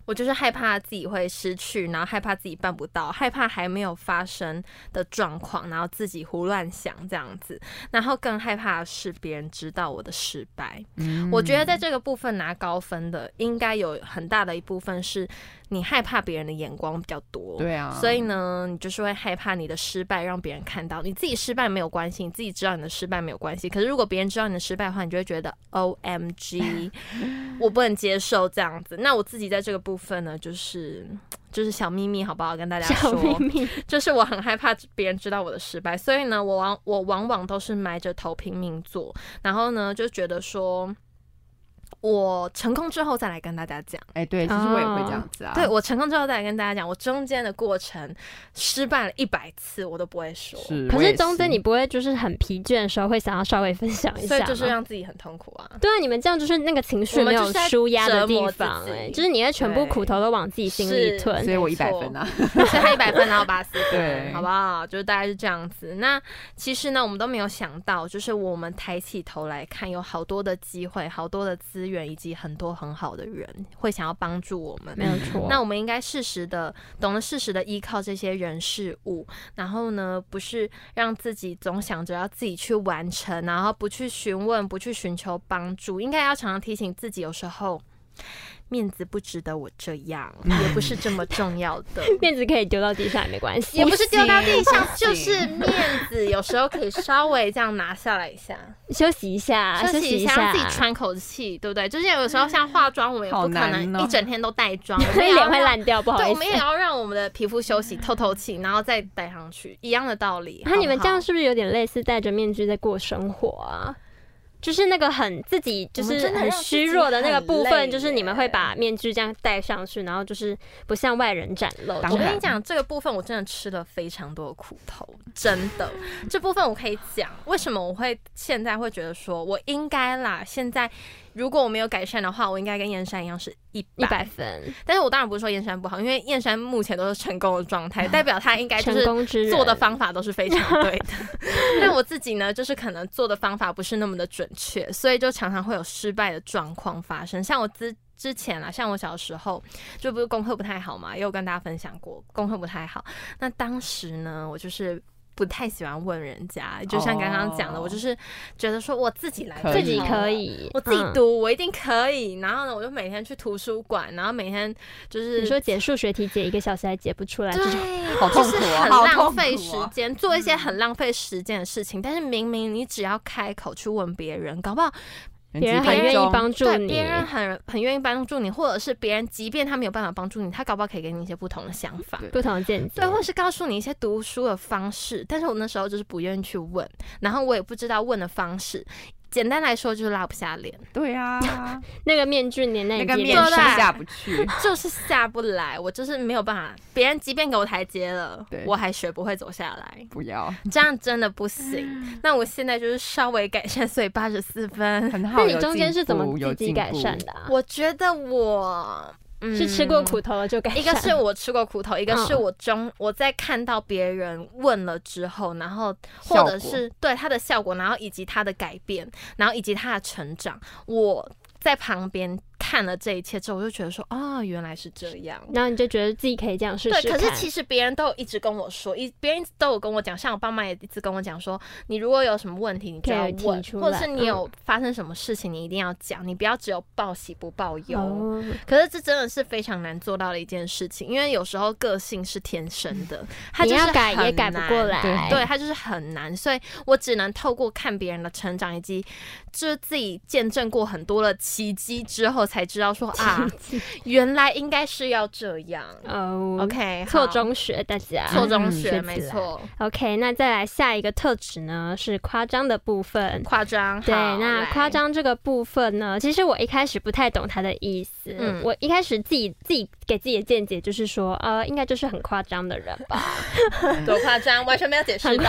S2: 我就是害怕自己会失去，然后害怕自己办不到，害怕还没有发生的状况，然后自己胡乱想这样子，然后更害怕的是别人知道我的失败。
S3: 嗯
S2: 我觉得在这个部分拿高分的，应该有很大的一部分是你害怕别人的眼光比较多。
S3: 对啊，
S2: 所以呢，你就是会害怕你的失败让别人看到，你自己失败没有关系，你自己知道你的失败没有关系。可是如果别人知道你的失败的话，你就会觉得 O M G，我不能接受这样子。那我自己在这个部分呢，就是就是小秘密，好不好？跟大家
S4: 小
S2: 说，
S4: 秘密，
S2: 就是我很害怕别人知道我的失败，所以呢，我往我往往都是埋着头拼命做，然后呢就觉得说。我成功之后再来跟大家讲。
S3: 哎、对，其实我也会
S4: 哦
S3: 这样子啊。
S2: 对我成功之后再来跟大家讲，我中间的过程失败了一百次，我都不会说。
S3: 是，
S4: 可
S3: 我也
S4: 是中间你不会就是很疲倦的时候，会想要稍微分享
S2: 所
S4: 一下
S2: 以
S4: 吗？
S2: 就是让自己很痛苦啊。
S4: 对啊，你们这样就是那个情绪
S2: 我们
S4: 没
S2: 就
S4: 有
S2: 是在
S4: 舒压的
S2: 折
S4: 地
S2: 磨自
S4: 方、
S2: 己
S4: 哎，就是你会全部
S2: 对
S4: 苦头都往自己心里
S2: 是
S4: 吞。
S3: 所以我
S2: 没
S3: 一百
S2: 错
S3: 分 啊。
S2: 所以他一百分，然后八十分，
S3: 对
S2: 好不好？就是大概是这样子。那其实呢，我们都没有想到，就是我们抬起头来看，有好多的机会、好多的资源，以及很多很好的人会想要帮助我们。
S4: 没有错。
S2: 那我们应该适时的懂得适时的依靠这些人事物，然后呢，不是让自己总想着要自己去完成，然后不去询问，不去寻求帮助，应该要常常提醒自己，有时候面子不值得我这样，也不是这么重要 的。
S4: 面子可以丢到地上也没关系，
S2: 也不是丢到地上，
S3: 不行
S2: 就是面子，有时候可以稍微这样拿下来一下，
S4: 啊休息一下，
S2: 休息
S4: 息
S2: 一
S4: 下，
S2: 下，让自己 喘口气，对不对？就是有时候像化妆，我们也不
S3: 好
S2: 可
S3: 难
S2: 能
S3: 哦
S2: 一整天都带妆，我们也要
S4: 脸会
S2: 让
S4: 烂掉，不好
S2: 对，
S4: 意
S2: 我
S4: 思
S2: 们。也要让我们的皮肤休息、透透气，然后再戴上去，一样的道理。
S4: 那、你们
S2: 好不好
S4: 这样是不是有点类似戴着面具在过生活啊？就是那个很自己，就
S2: 我们
S4: 是
S2: 真的
S4: 很
S2: 让自
S4: 虚
S2: 己
S4: 弱的那个
S2: 很
S4: 部
S2: 累
S4: 分，就是你们会
S2: 耶
S4: 把面具这样戴上去，然后就是不向外人展露。
S3: 当
S2: 我
S4: 这样
S2: 跟你讲，这个部分我真的吃了非常多的苦头，真的。这部分我可以讲，为什么我会现在会觉得说，我应该啦。现在如果我没有改善的话，我应该跟燕山一样是一
S4: 一百分，
S2: 但是我当然不是说燕山不好，因为燕山目前都是成功的状 态，代表他应该就
S4: 成
S2: 是
S4: 功之人
S2: 做的方法都是非常对的。 但我自己呢，就是可能做的方法不是那么的准确，所以就常常会有失败的状况发生。像我之之前啊，像我小时候就不是功课不太好嘛，也有跟大家分享过功课不太好。那当时呢，我就是。不太喜欢问人家，就像刚刚讲的
S3: 哦
S2: 我就是觉得说我自己来，
S3: 可
S4: 自
S3: 以
S4: 己
S3: 吗
S4: 可以，
S2: 我自己
S4: 嗯
S2: 读，我一定可以。然后呢，我就每天去图书馆，然后每天就是
S4: 你说解数学题解一个小时还解不出来，这种
S2: 对，
S3: 好
S2: 就
S3: 痛苦
S2: 是
S3: 哦
S2: 很
S3: 好
S2: 浪
S3: 痛
S2: 费
S3: 苦
S2: 时
S3: 哦
S2: 间，做一些很浪费时间的事情。但是明明你只要开口去问别人，搞不好
S4: 别人很愿意帮助
S2: 对
S4: 你，
S2: 别人很很愿意帮助你，或者是别人即便他没有办法帮助你，他搞不好可以给你一些不同的想法。
S3: 对
S4: 不同的见解
S2: 对，。或是告诉你一些读书的方式，但是我那时候就是不愿意去问，然后我也不知道问的方式。简单来说就是拉不下脸，
S3: 对 啊，
S4: 那个面具粘
S3: 那
S4: 在哎你
S3: 个
S4: 自己
S3: 面
S4: 脸
S3: 试
S2: 对
S4: 上，
S3: 下不去。
S2: 就是下不来，我就是没有办法。别人即便给我台阶了
S3: 对，
S2: 我还学不会走下来。
S3: 不要，
S2: 这样真的不行。那我现在就是稍微改善，所以八十四分。
S3: 很好。
S4: 那你
S3: 有
S4: 中间
S3: 进
S4: 是怎么
S3: 步有
S4: 自己
S3: 进
S4: 改
S3: 步
S4: 善的啊？
S2: 我觉得我、嗯
S4: 是吃过苦头了就改善，
S2: 一个 是我吃过苦头，一个
S4: 嗯
S2: 是我中我在看到别人问了之后，然后或
S3: 效
S2: 者
S3: 果
S2: 是对它的效果，然后以及它的改变，然后以及它的成长，我在旁边看了这一切之后，我就觉得说，哦，原来是这样。
S4: 然后你就觉得自己可以这样试试
S2: 对，
S4: 看。
S2: 可是其实别人都有一直跟我说，一别人都有跟我讲，像我爸妈也一直跟我讲说，你如果有什么问题，你就要
S4: 可以提
S2: 问，
S4: 出
S2: 或者
S4: 来嗯
S2: 是你有发生什么事情，你一定要讲，你不要只有报喜不报忧。
S4: 哦
S2: 可是这真的是非常难做到的一件事情，因为有时候个性是天生的，他
S4: 你
S2: 就是
S4: 要改也
S2: 很
S4: 改不
S2: 难
S4: 过。来，
S2: 对，他就是很难，所以我只能透过看别人的成长，以及就是自己见证过很多的奇迹之后，才知道说啊， 呃原来应该是要这样。
S4: 哦
S2: OK，
S4: 错
S2: 好
S4: 中学大家。
S2: 错中学，
S4: 啊嗯学
S2: 没
S4: 起来
S2: 错，
S4: OK，那再来下一个特质呢是夸张的部分。
S2: 夸张。
S4: 对，
S2: 好
S4: 那
S2: 来
S4: 夸张这个部分呢，其实我一开始不太懂他的意思。
S2: 嗯
S4: 我一开始自己自己给自己的见解就是说，呃，应该就是很夸张的人 吧，
S2: 多夸张，完全没有解释到。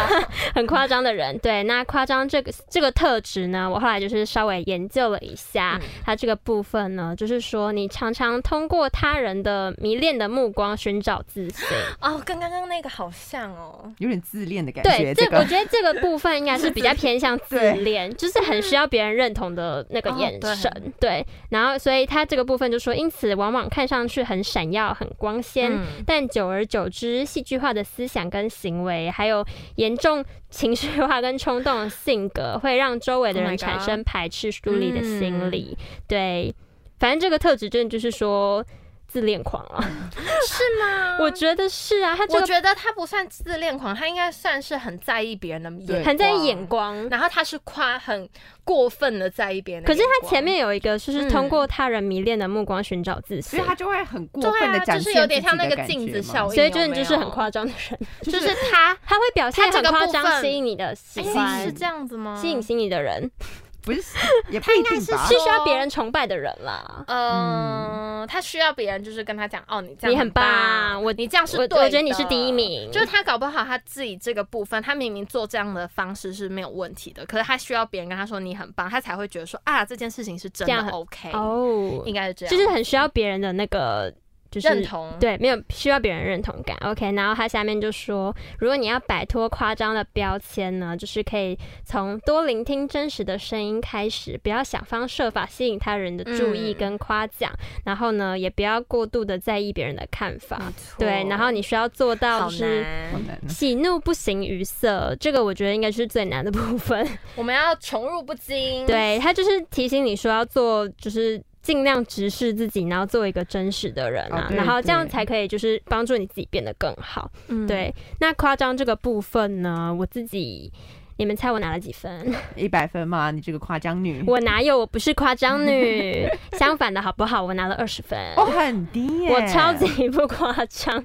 S4: 很夸张的人。对，那夸张这个这个特质呢，我后来就是稍微研究了一下，
S2: 嗯
S4: 它这个部分呢，就是说你常常通过他人的迷恋的目光寻找自信。
S2: 哦，跟刚刚那个好像哦。
S3: 有点自恋的感觉。
S4: 对，这我
S3: 个
S4: 觉得这个部分应该是比较偏向自恋， 就是很需要别人认同的那个眼神。
S2: 哦
S4: 对，然后所以他这个部分就说，因此往往看上去很闪耀、很光鲜，
S2: 嗯
S4: 但久而久之，戏剧化的思想跟行为，还有严重情绪化跟冲动的性格，会让周围的
S2: Oh my
S4: 人
S2: god 嗯
S4: 产生排斥、疏离的心理。对，反正这个特质真的就是说。自恋狂啊，
S2: 是吗？
S4: 我觉得是啊，他这
S2: 我
S4: 个
S2: 觉得他不算自恋狂，他应该算是很在意别人的眼，
S3: 对
S4: 很在意眼。光，
S2: 然后他是夸很过分的在意别人的
S4: 可
S2: 眼
S4: 是
S2: 光，
S4: 他前面有一个，就是通过他人迷恋的目光寻找自
S3: 所
S4: 信
S3: 以，他就会很过
S2: 对
S3: 分的
S2: 啊，
S3: 展
S2: 就是
S3: 现自己
S2: 有
S3: 的
S2: 点像那个
S3: 感
S2: 镜
S3: 觉
S2: 子
S3: 嘛
S2: 效应，
S4: 所以真的就是
S2: 有没
S4: 很
S2: 有，
S4: 夸张的人，
S2: 就是他
S4: 他会表现
S2: 他这
S4: 很
S2: 个
S4: 夸
S2: 部分
S4: 张吸引你的喜
S2: 哎
S4: 欢啊
S2: 是，这样子吗？
S4: 吸引心里的人。
S3: 不 是也不
S2: 他
S3: 一
S2: 应该
S3: 定
S2: 是
S3: 吧
S2: 说
S4: 是需要别人崇拜的人啦。
S2: 嗯，他需要别人就是跟他讲，哦，你这样
S4: 你很
S2: 棒，
S4: 棒我
S2: 你这样是
S4: 我
S2: 对的，
S4: 我觉得你是第一名
S2: 就是他搞不好他自己这个部分，他明明做这样的方式是没有问题的，可是他需要别人跟他说你很棒，他才会觉得说啊，这件事情是真
S4: 这样
S2: 的
S4: 很
S2: OK，
S4: 哦
S2: 应该是这样，
S4: 就是很需要别人的那个就是
S2: 认同，
S4: 对，没有需要别人认同感。OK，然后他下面就说，如果你要摆脱夸张的标签呢，就是可以从多聆听真实的声音开始，不要想方设法吸引他人的注意
S2: 嗯
S4: 跟夸奖，然后呢，也不要过度的在意别人的看法。对，然后你需要做到
S2: 嗯好
S4: 就是。
S3: 好
S2: 难，
S3: 难哦
S4: 喜怒不形于色，这个我觉得应该是最难的部分。
S2: 我们要宠辱不惊，，
S4: 对他就是提醒你说要做，就是尽量直视自己，然后做一个真实的人啊，
S3: 哦对
S4: 然后这样
S3: 对
S4: 才可以就是帮助你自己变得更好。
S2: 嗯，
S4: 对，那夸张这个部分呢，我自己。你们猜我拿了几分？
S3: 一百分嘛，你这个夸张女，
S4: 我哪有？我不是夸 张女，相反的好不好？我拿了二十分，
S3: 哦很低耶，
S4: 我超级不夸张，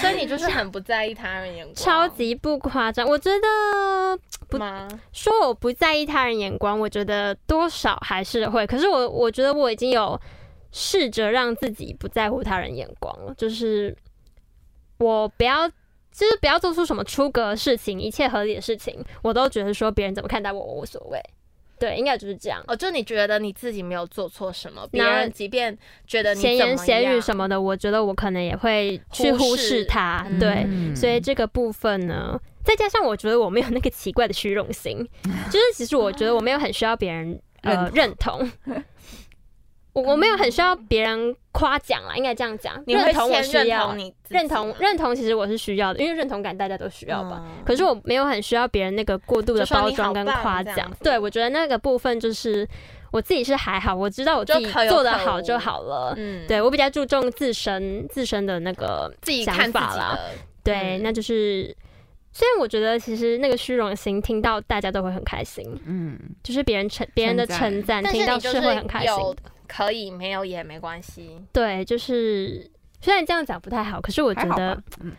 S2: 所以你就是很不在意他人眼光，
S4: 超级不夸张。我觉得不
S2: 吗？
S4: 说我不在意他人眼光，我觉得多少还是会。可是我我觉得我已经有试着让自己不在乎他人眼光了，就是我不要，就是不要做出什么出格的事情，一切合理的事情，我都觉得说别人怎么看待我，我无所谓。对，应该就是这样。
S2: 哦，就你觉得你自己没有做错什么，别
S4: 那
S2: 人即便觉得你
S4: 闲言
S2: 怎么
S4: 闲语
S2: 样
S4: 什么的，我觉得我可能也会去
S2: 忽
S4: 忽
S2: 视
S4: 视他。
S2: 嗯
S4: 对，
S3: 嗯
S4: 所以这个部分呢，再加上我觉得我没有那个奇怪的虚荣心，就是其实我觉得我没有很需要别人呃认同， 我我没有很需要别人夸奖啦，应该这样讲，
S2: 你会
S4: 认同我
S2: 先
S4: 需
S2: 认
S4: 要
S2: 同，你
S4: 认同认同其实我是需要的，因为认同感大家都需要吧。
S2: 吧？
S4: 可是我没有很需要别人那个过度的
S2: 嗯就说
S4: 包
S2: 你好
S4: 装跟
S2: 棒
S4: 夸
S2: 这
S4: 奖
S2: 样子，
S4: 对我觉得那个部分就是我自己是还好，我知道我自己
S2: 就可有
S4: 做的
S2: 可
S4: 好
S2: 无
S4: 就好了。
S2: 嗯，
S4: 对我比较注重自身自身的那个
S2: 自己
S4: 想
S2: 看自
S4: 法
S2: 己
S4: 啦
S2: 的，
S4: 对，
S2: 嗯
S4: 那就是虽然我觉得其实那个虚荣心听到大家都会很开心，
S3: 嗯，
S4: 就是别人称别人的称赞
S2: 但
S4: 听
S2: 是
S4: 到
S2: 你就是
S4: 会很开心
S2: 有
S4: 的。
S2: 可以没有也没关系，
S4: 对，就是虽然这样讲不太好，可是我觉
S3: 还好吧
S4: 得
S3: 嗯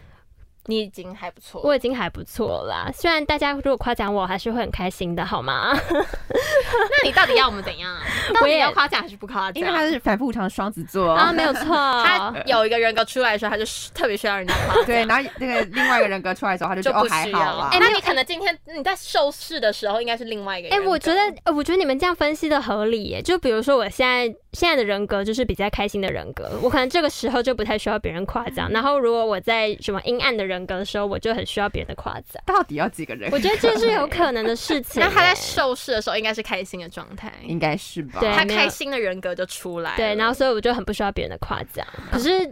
S2: 你已经还不错。
S4: 我已经还不错啦。虽然大家如果夸奖我，还是会很开心的，好吗？
S2: 那你到底要我们怎样？到
S4: 我
S2: 底
S4: 也
S2: 要夸奖还是不夸
S3: 因为他
S2: 奖？
S3: 是反复无常的双子座，
S4: 啊，没有错，
S2: 哦 他有一个人格出来的时候，他就是特别需要人家夸奖。
S3: 对，然后那个另外一个人格出来的时候，他就
S2: 就
S3: 觉得
S2: 不
S3: 哦还
S2: 需
S3: 好
S2: 要。
S3: 啦
S2: 哎、，那你可能今天你在受试的时候，应该是另外一个人
S4: 哎、
S2: 格。
S4: 我觉得，呃我觉得你们这样分析的合理耶。就比如说，我现在现在的人格就是比较开心的人格，我可能这个时候就不太需要别人夸奖。
S2: 嗯
S4: 然后，如果我在什么阴暗的人格的时候，我就很需要别人的夸奖。
S3: 到底要几个人
S4: 我？觉得这是有可能的事情欸耶。
S2: 那他在受试的时候，应该是开心的状态。
S3: 应该是吧？
S4: 对
S2: 他
S4: 没有
S2: 开心的人格就出来了。
S4: 对，然后所以我就很不需要别人的夸奖。可是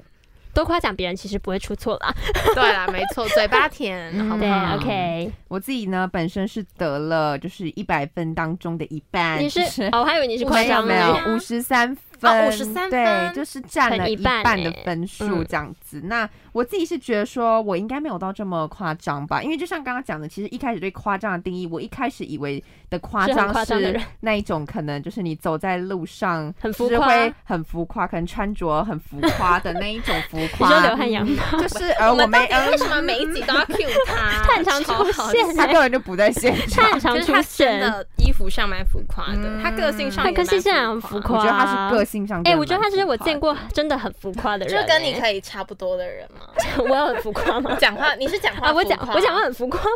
S4: 多夸奖别人其实不会出错啦。
S2: 对啦，没错，嘴巴甜，
S3: 嗯
S2: 好不
S4: 对
S2: 好？
S4: ，OK，
S3: 我自己呢，本身是得了就是一百分当中的一半，
S4: 你是
S3: 就
S4: 哦，我还以为你是夸
S3: 哎没有
S4: 张哦
S3: 没
S4: 呢。
S3: 有五十三分，
S2: 53分
S3: 对，就是占了
S4: 很一
S3: 一
S4: 半
S3: 半的
S4: 欸
S3: 分数
S4: 嗯
S3: 这样子。那我自己是觉得说，我应该没有到这么夸张吧，因为就像刚刚讲的，其实一开始对夸张的定义，我一开始以为的夸
S4: 是很
S3: 张
S4: 夸张的
S3: 是
S4: 人
S3: 那一种，可能就是你走在路上
S4: 很
S3: 就
S4: 浮
S3: 是
S4: 夸
S3: 会很浮夸，可能穿着很浮夸的那一种浮
S4: 你说流
S3: 夸，
S4: 汗羊毛，
S3: 就是而我
S2: 们到
S3: 没
S2: 底为什么每一集都要 cue 他？
S4: 太常出
S2: 超好
S4: 现
S3: 呃他根
S4: 欸，
S3: 本就不在现 场。
S4: 太常
S2: 就是
S4: 出
S2: 他真
S4: 现。
S2: 的衣服上蛮浮夸的，
S3: 嗯
S2: 他个性上
S4: 他
S2: 也
S4: 个性
S2: 蛮
S4: 上很浮
S3: 我
S4: 夸
S3: 觉得他是个性上真的
S4: 哎、
S3: 蛮浮夸的，
S4: 我觉得他是我见过真的很浮夸的人、
S2: 就
S4: 欸，
S2: 跟你可以差不多的人嘛。？
S4: 我有很浮夸吗
S2: 讲话你是讲话
S4: 啊，我讲
S2: 浮夸
S4: 我讲话很浮夸吗？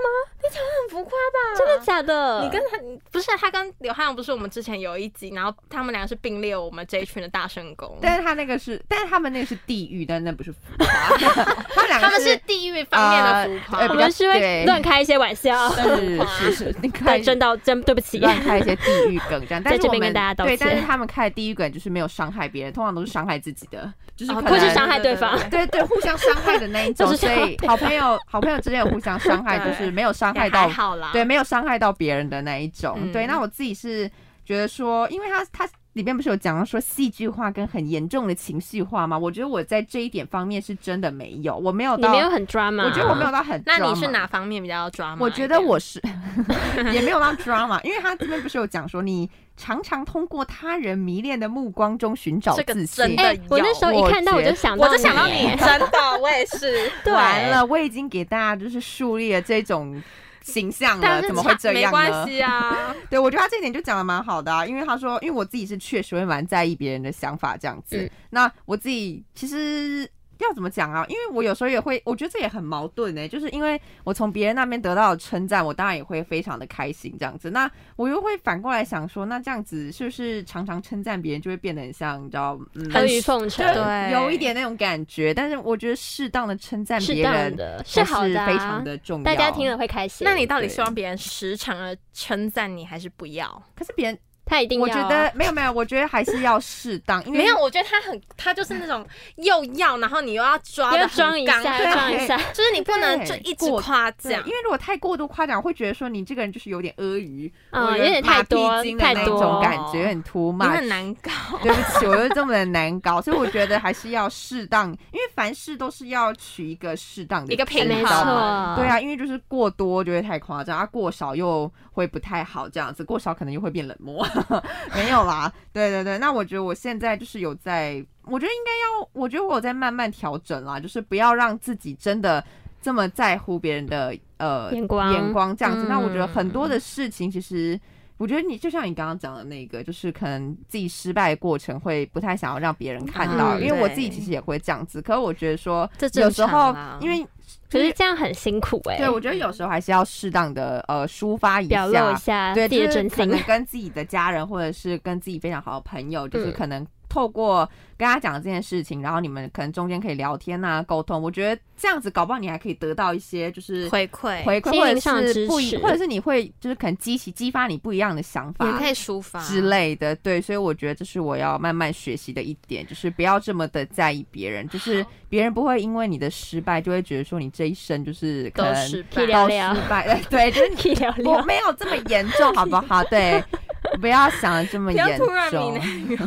S2: 很浮夸吧？
S4: 真的假的？
S2: 你跟他你 不是啊他跟刘汉阳不是我们之前有一集，然后他们俩是并列我们这一群的大圣公，
S3: 但是他那个是，但是他们那个是地狱，但那不是浮夸。 他们两个
S2: 他们是地域方面的浮夸，
S3: 呃
S4: 我
S3: 比
S4: 们
S3: 较
S4: 是会
S3: 对
S4: 乱开一些玩笑，
S2: 浮夸
S3: 是是是，你可
S4: 对，
S3: 以
S4: 真的真对不起。
S3: 乱开一些地狱梗这 样。但是
S4: 这
S3: 我
S4: 边
S3: 们
S4: 跟大家道
S3: 对，
S4: 歉
S3: 但是他们开的地狱梗就是没有伤害别人，通常都是伤害自己的，就是
S2: 哦
S3: 可
S2: 对
S3: 能
S4: 或是伤害对
S2: 对
S4: 方
S2: 对对
S3: 对对互相伤害的那一 种。
S4: 就是
S3: 所
S4: 伤害
S3: 以好朋友好朋友之间有互相伤 害，
S2: 对
S3: 就是没有伤害
S4: 哎
S2: 也还
S3: 到
S2: 好啦，
S3: 对，没有伤害到别人的那一种。
S2: 啊嗯
S3: 对，那我自己是觉得说，因为他他里面不是有讲到说戏剧化跟很严重的情绪化吗？我觉得我在这一点方面是真的没有，我没有
S4: 你
S3: 到，
S4: 没有很 drama，
S3: 我觉得我没有到很。
S2: 那你是？哪方面比较抓吗？
S3: 我觉得我是 也没有到 drama，因为他这边不是有讲说，你常常通过他人迷恋的目光中寻找
S2: 这个
S3: 自
S2: 真
S3: 信
S2: 的。
S4: 哎、我那时候一看到
S3: 我
S4: 我
S3: 觉
S4: 就想到欸
S2: 我就想到你，
S4: 耶
S2: 真的，我也是。
S4: 对
S3: 完了，我已经给大家就是树立了这种形象了
S2: 但，是
S3: 怎么会
S2: 差
S3: 这
S2: 没
S3: 样
S2: 关
S3: 呢？
S2: 系啊，
S3: 对，我觉得他这一点就讲的蛮好的、啊，因为他说，因为我自己是确实会蛮在意别人的想法这样子。
S4: 嗯
S3: 那我自己其实要怎么讲啊？因为我有时候也会，我觉得这也很矛盾呢、就是因为我从别人那边得到的称赞，我当然也会非常的开心这样子。那我又会反过来想说，那这样子是不是常常称赞别人就会变得很像你知道，嗯，
S4: 阿谀奉承，
S2: 对
S3: 有一点那种感觉？但是我觉得适当的称赞
S4: 适
S3: 别
S4: 当
S3: 人
S4: 的
S3: 还
S4: 好的啊，
S3: 非常的重要。
S4: 大家听了会开心。
S2: 那你到底
S3: 对
S2: 希望别人时常的称赞你，还是不要？
S3: 可是别人，
S4: 他一定要
S3: 我
S4: 啊，
S3: 觉得没有没有，我觉得还是要适当，因为
S2: 没有，我觉得他很，他就是那种又要，然后你又要抓
S4: 要
S2: 的
S4: 装一下，
S3: 对
S4: 要装一下，
S2: 就是你不能
S3: 对
S2: 就一直夸
S3: 对，
S2: 奖
S3: 因，为如果太过度夸奖，我会觉得说你这个人就是有点阿谀，
S4: 嗯
S3: 我
S4: 有点太多
S3: 马屁精的
S4: 太
S3: 那
S4: 多
S3: 种感觉，很 too
S2: 你
S3: much。
S2: 很难搞。
S3: 对不起，我又这么的难搞，所以我觉得还是要适当，因为凡事都是要取一个适当的
S2: 一个平
S3: 值
S2: 衡
S4: 没
S3: 你
S4: 错
S3: 知道吗，对啊，因为就是过多就会太夸张，啊过少又会不太好，这样子过少可能又会变冷漠， 没有啦，对对对，那我觉得我现在就是有在，我觉得应该要，我觉得我有在慢慢调整啦，就是不要让自己真的这么在乎别人的呃
S4: 眼光
S3: 眼光这样子。那我觉得
S2: 嗯
S3: 很多的事情其实。我觉得你就像你刚刚讲的那个，就是可能自己失败的过程会不太想要让别人看到，
S4: 嗯
S3: 因为我
S2: 对
S3: 自己其实也会这样子。可是我觉得说
S2: 这，正
S3: 有时
S2: 常
S3: 候
S2: 啦
S3: 因为
S4: 可是这样很辛苦哎、
S3: 对，我觉得有时候还是要适当的呃抒发一
S4: 表露一下
S3: 对，
S4: 自己
S3: 就
S4: 的
S3: 是
S4: 真
S3: 可能
S4: 心，
S3: 跟自己的家人或者是跟自己非常好的朋友，就是
S4: 嗯
S3: 可能透过跟他讲这件事情，然后你们可能中间可以聊天啊、沟通。我觉得这样子，搞不好你还可以得到一些就是
S2: 回馈，
S3: 回馈，
S4: 心
S3: 或
S4: 灵上
S3: 者
S4: 的
S3: 是
S4: 支
S3: 不一，
S4: 持
S3: 或者是你会就是可能激起激发你不一样的想
S2: 也
S3: 法
S2: 可以抒发
S3: 之。类的。对，所以我觉得这是我要慢慢学习的一点，就是不要这么的在意别人，就是别人不会因为你的失败就会觉得说你这一生就是
S2: 都
S3: 可能
S2: 失
S4: 可
S2: 败，
S4: 以聊
S3: 都
S4: 聊
S3: 失败， 对，就 是你
S4: 可以聊
S3: 我
S4: 聊。
S3: 没有这么严重，好不好？对，不要想的这 么
S2: 不要
S3: 严
S2: 突然
S3: 重。
S2: 明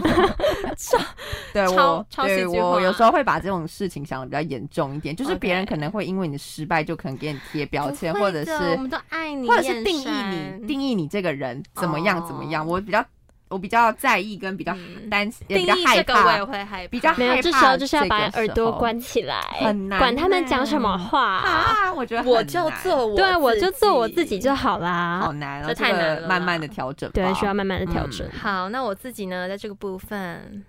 S3: 对
S2: 超
S3: 我，
S2: 超戏
S3: 对
S2: 剧
S3: 我
S2: 化
S3: 有时候会把这种事情想的比较严重一点，就是
S2: OK
S3: 别人可能会因为你的失败就可能给你贴标签，
S2: 不
S3: 或
S2: 会
S3: 者
S2: 的
S3: 是
S2: 我们都爱你，
S3: 或者是
S2: 燕
S3: 定义
S2: 山
S3: 你定义你这个人怎么样怎么样。
S2: 哦
S3: 我比较我比较在意跟比较
S2: 嗯
S3: 担心，也
S2: 定
S3: 比较
S2: 义
S3: 害
S2: 这个我也
S3: 怕。
S2: 会害怕，
S3: 比较
S4: 没有，
S3: 害
S4: 这
S3: 怕
S4: 时候就是要
S3: 这
S4: 把
S3: 个时
S4: 耳朵
S3: 候
S4: 关起来，
S3: 很难
S4: 管他们
S3: 呢
S4: 讲什么话。
S3: 啊，我觉得
S2: 我
S3: 很
S2: 就
S3: 难，
S2: 做我，啊
S4: 对，我就做我自己就。好啦。
S3: 好难哦，
S2: 这太
S3: 个
S2: 难了
S3: 慢
S2: 啦
S3: 慢的调整吧。
S4: 对，需要慢慢的调
S3: 嗯
S4: 整。
S2: 好，那我自己呢，在这个部分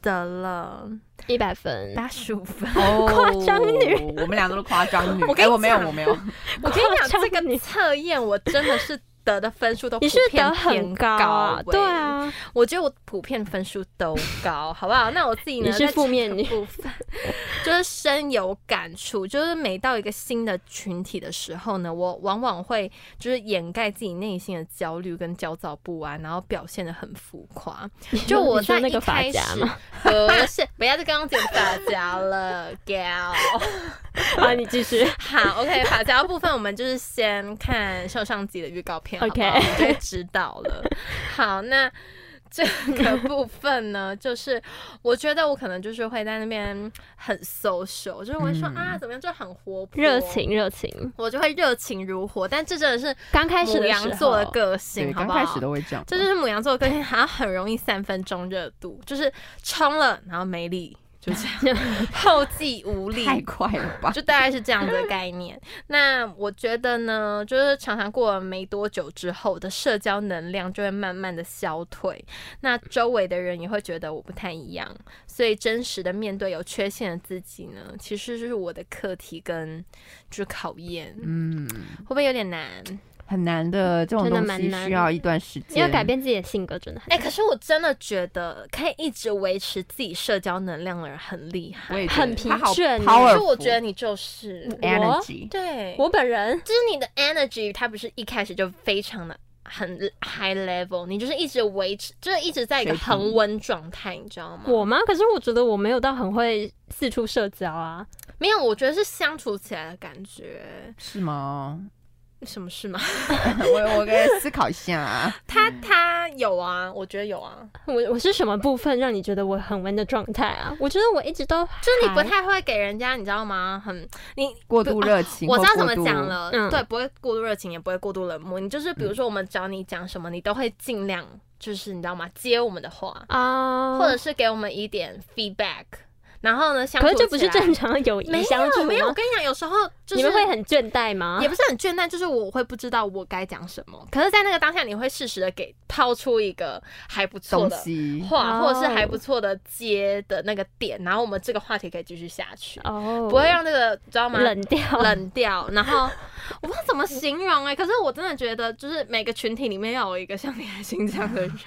S2: 得了
S4: 一百分，
S2: 八十五分。
S3: 哦
S4: 夸张女，
S3: 我们俩都是夸张女。
S2: 我跟
S3: 哎，
S2: 你
S3: 我没有，
S2: 讲
S3: 我没 有。
S2: 我跟你讲，
S4: 夸
S2: 这
S4: 张
S2: 个
S4: 你
S2: 测验我真的是得的分数都
S4: 你是不是得
S2: 普遍偏
S4: 很高啊？
S2: 高欸
S4: 对，
S3: 欸
S4: 啊，
S2: 我觉得我普遍分数都高，好不好？那我自己呢？
S4: 你是
S2: 在
S4: 负面女
S2: 这个部分， 就是深有感触。就是每到一个新的群体的时候呢，我往往会就是掩盖自己内心的焦虑跟焦躁不安，然后表现的很浮夸。就我
S4: 你说
S2: 在
S4: 那
S2: 一
S4: 个发
S2: 开始
S4: 夹吗？
S2: 不是，不要再刚刚讲发夹了，gal。
S4: 好，
S2: 啊
S4: 你继续。
S2: 好，OK，法条部分我们就是先看上上集的预告片
S4: OK
S2: 好不好我们就会知道 了。好，那这个部分呢，就是我觉得我可能就是会在那边很 social，就是我会说、
S3: 嗯
S2: 啊怎么样，就很活泼
S4: 热，情，热情。
S2: 我就会热情如火。但这真的是
S4: 刚开始
S2: 母
S4: 的
S2: 羊
S4: 时
S2: 座的
S4: 候
S2: 个
S3: 对，
S2: 性，好
S3: 刚
S2: 不
S3: 开
S2: 好？
S3: 始都会这样。
S2: 这就是母羊座的个性，它很容易三分钟热度，就是冲了然后没力，就这 样，后继无力，
S3: 太快了吧？
S2: 就大概是这样子的概念。那我觉得呢，就是常常过了没多久之后，我的社交能量就会慢慢的消退，那周围的人也会觉得我不太一样，所以真实的面对有缺陷的自己呢，其实就是我的课题跟就是考验，
S3: 嗯，
S2: 会不会有点难？
S3: 很难的，这种
S4: 真的
S3: 东
S4: 蛮
S3: 西
S4: 难
S3: 需要一段时间。
S4: 要改变自己的性格，真的很
S2: 哎、可是我真的觉得可以一直维持自己社交能量的人很厉
S3: 我
S2: 害，
S3: 也觉得
S4: 很疲
S3: 它好
S4: 倦欸
S2: 可
S3: powerful
S2: 是我觉得你就是，
S3: energy。
S2: 对，
S4: 我本人
S2: 就是你的 energy，它不是一开始就非常的很 high level，你就是一直维持，就是一直在一个
S3: 水平
S2: 恒温状态，你知道吗？
S4: 我吗？可是我觉得我没有到很会四处社交啊。
S2: 没有，我觉得是相处起来的感觉。
S3: 是吗？
S2: 什么事吗？嗯
S3: 我我该思考一下啊。
S2: 他他有啊，我觉得有啊，
S4: 我我是什么部分让你觉得我很温的状态啊？我觉得我一直都
S2: 就
S4: 就是
S2: 你不太会给人家，你知道吗？很你
S3: 过度热情或
S2: 我
S3: 过
S2: 知
S3: 度，
S2: 道怎么讲了，
S4: 嗯
S2: 对，不会过度热情，也不会过度冷漠。你就是比如说，我们找你讲什么，你都会尽量，就是你知道吗？接我们的话，
S4: 啊，
S2: 或者是给我们一点 feedback。然后呢，相处
S4: 可是这不是
S2: 起来
S4: 正常的友
S2: 没
S4: 谊相处
S2: 有没有，我
S4: 吗？
S2: 跟你讲，有时候就是
S4: 你们会很倦怠吗
S2: 也？不是很倦怠，就是我会不知道我该讲什么。可是，在那个当下，你会适时的给抛出一个还不错
S3: 东
S2: 的
S3: 西。
S2: 话，
S4: 哦
S2: 或者是还不错的接的那个点，然后我们这个话题可以继续下去，
S4: 哦，
S2: 不会让这个知道吗？
S4: 冷掉。哦
S2: 冷掉，然后我不知道怎么形容哎、可是我真的觉得，就是每个群体里面要有一个像李海星这样的人，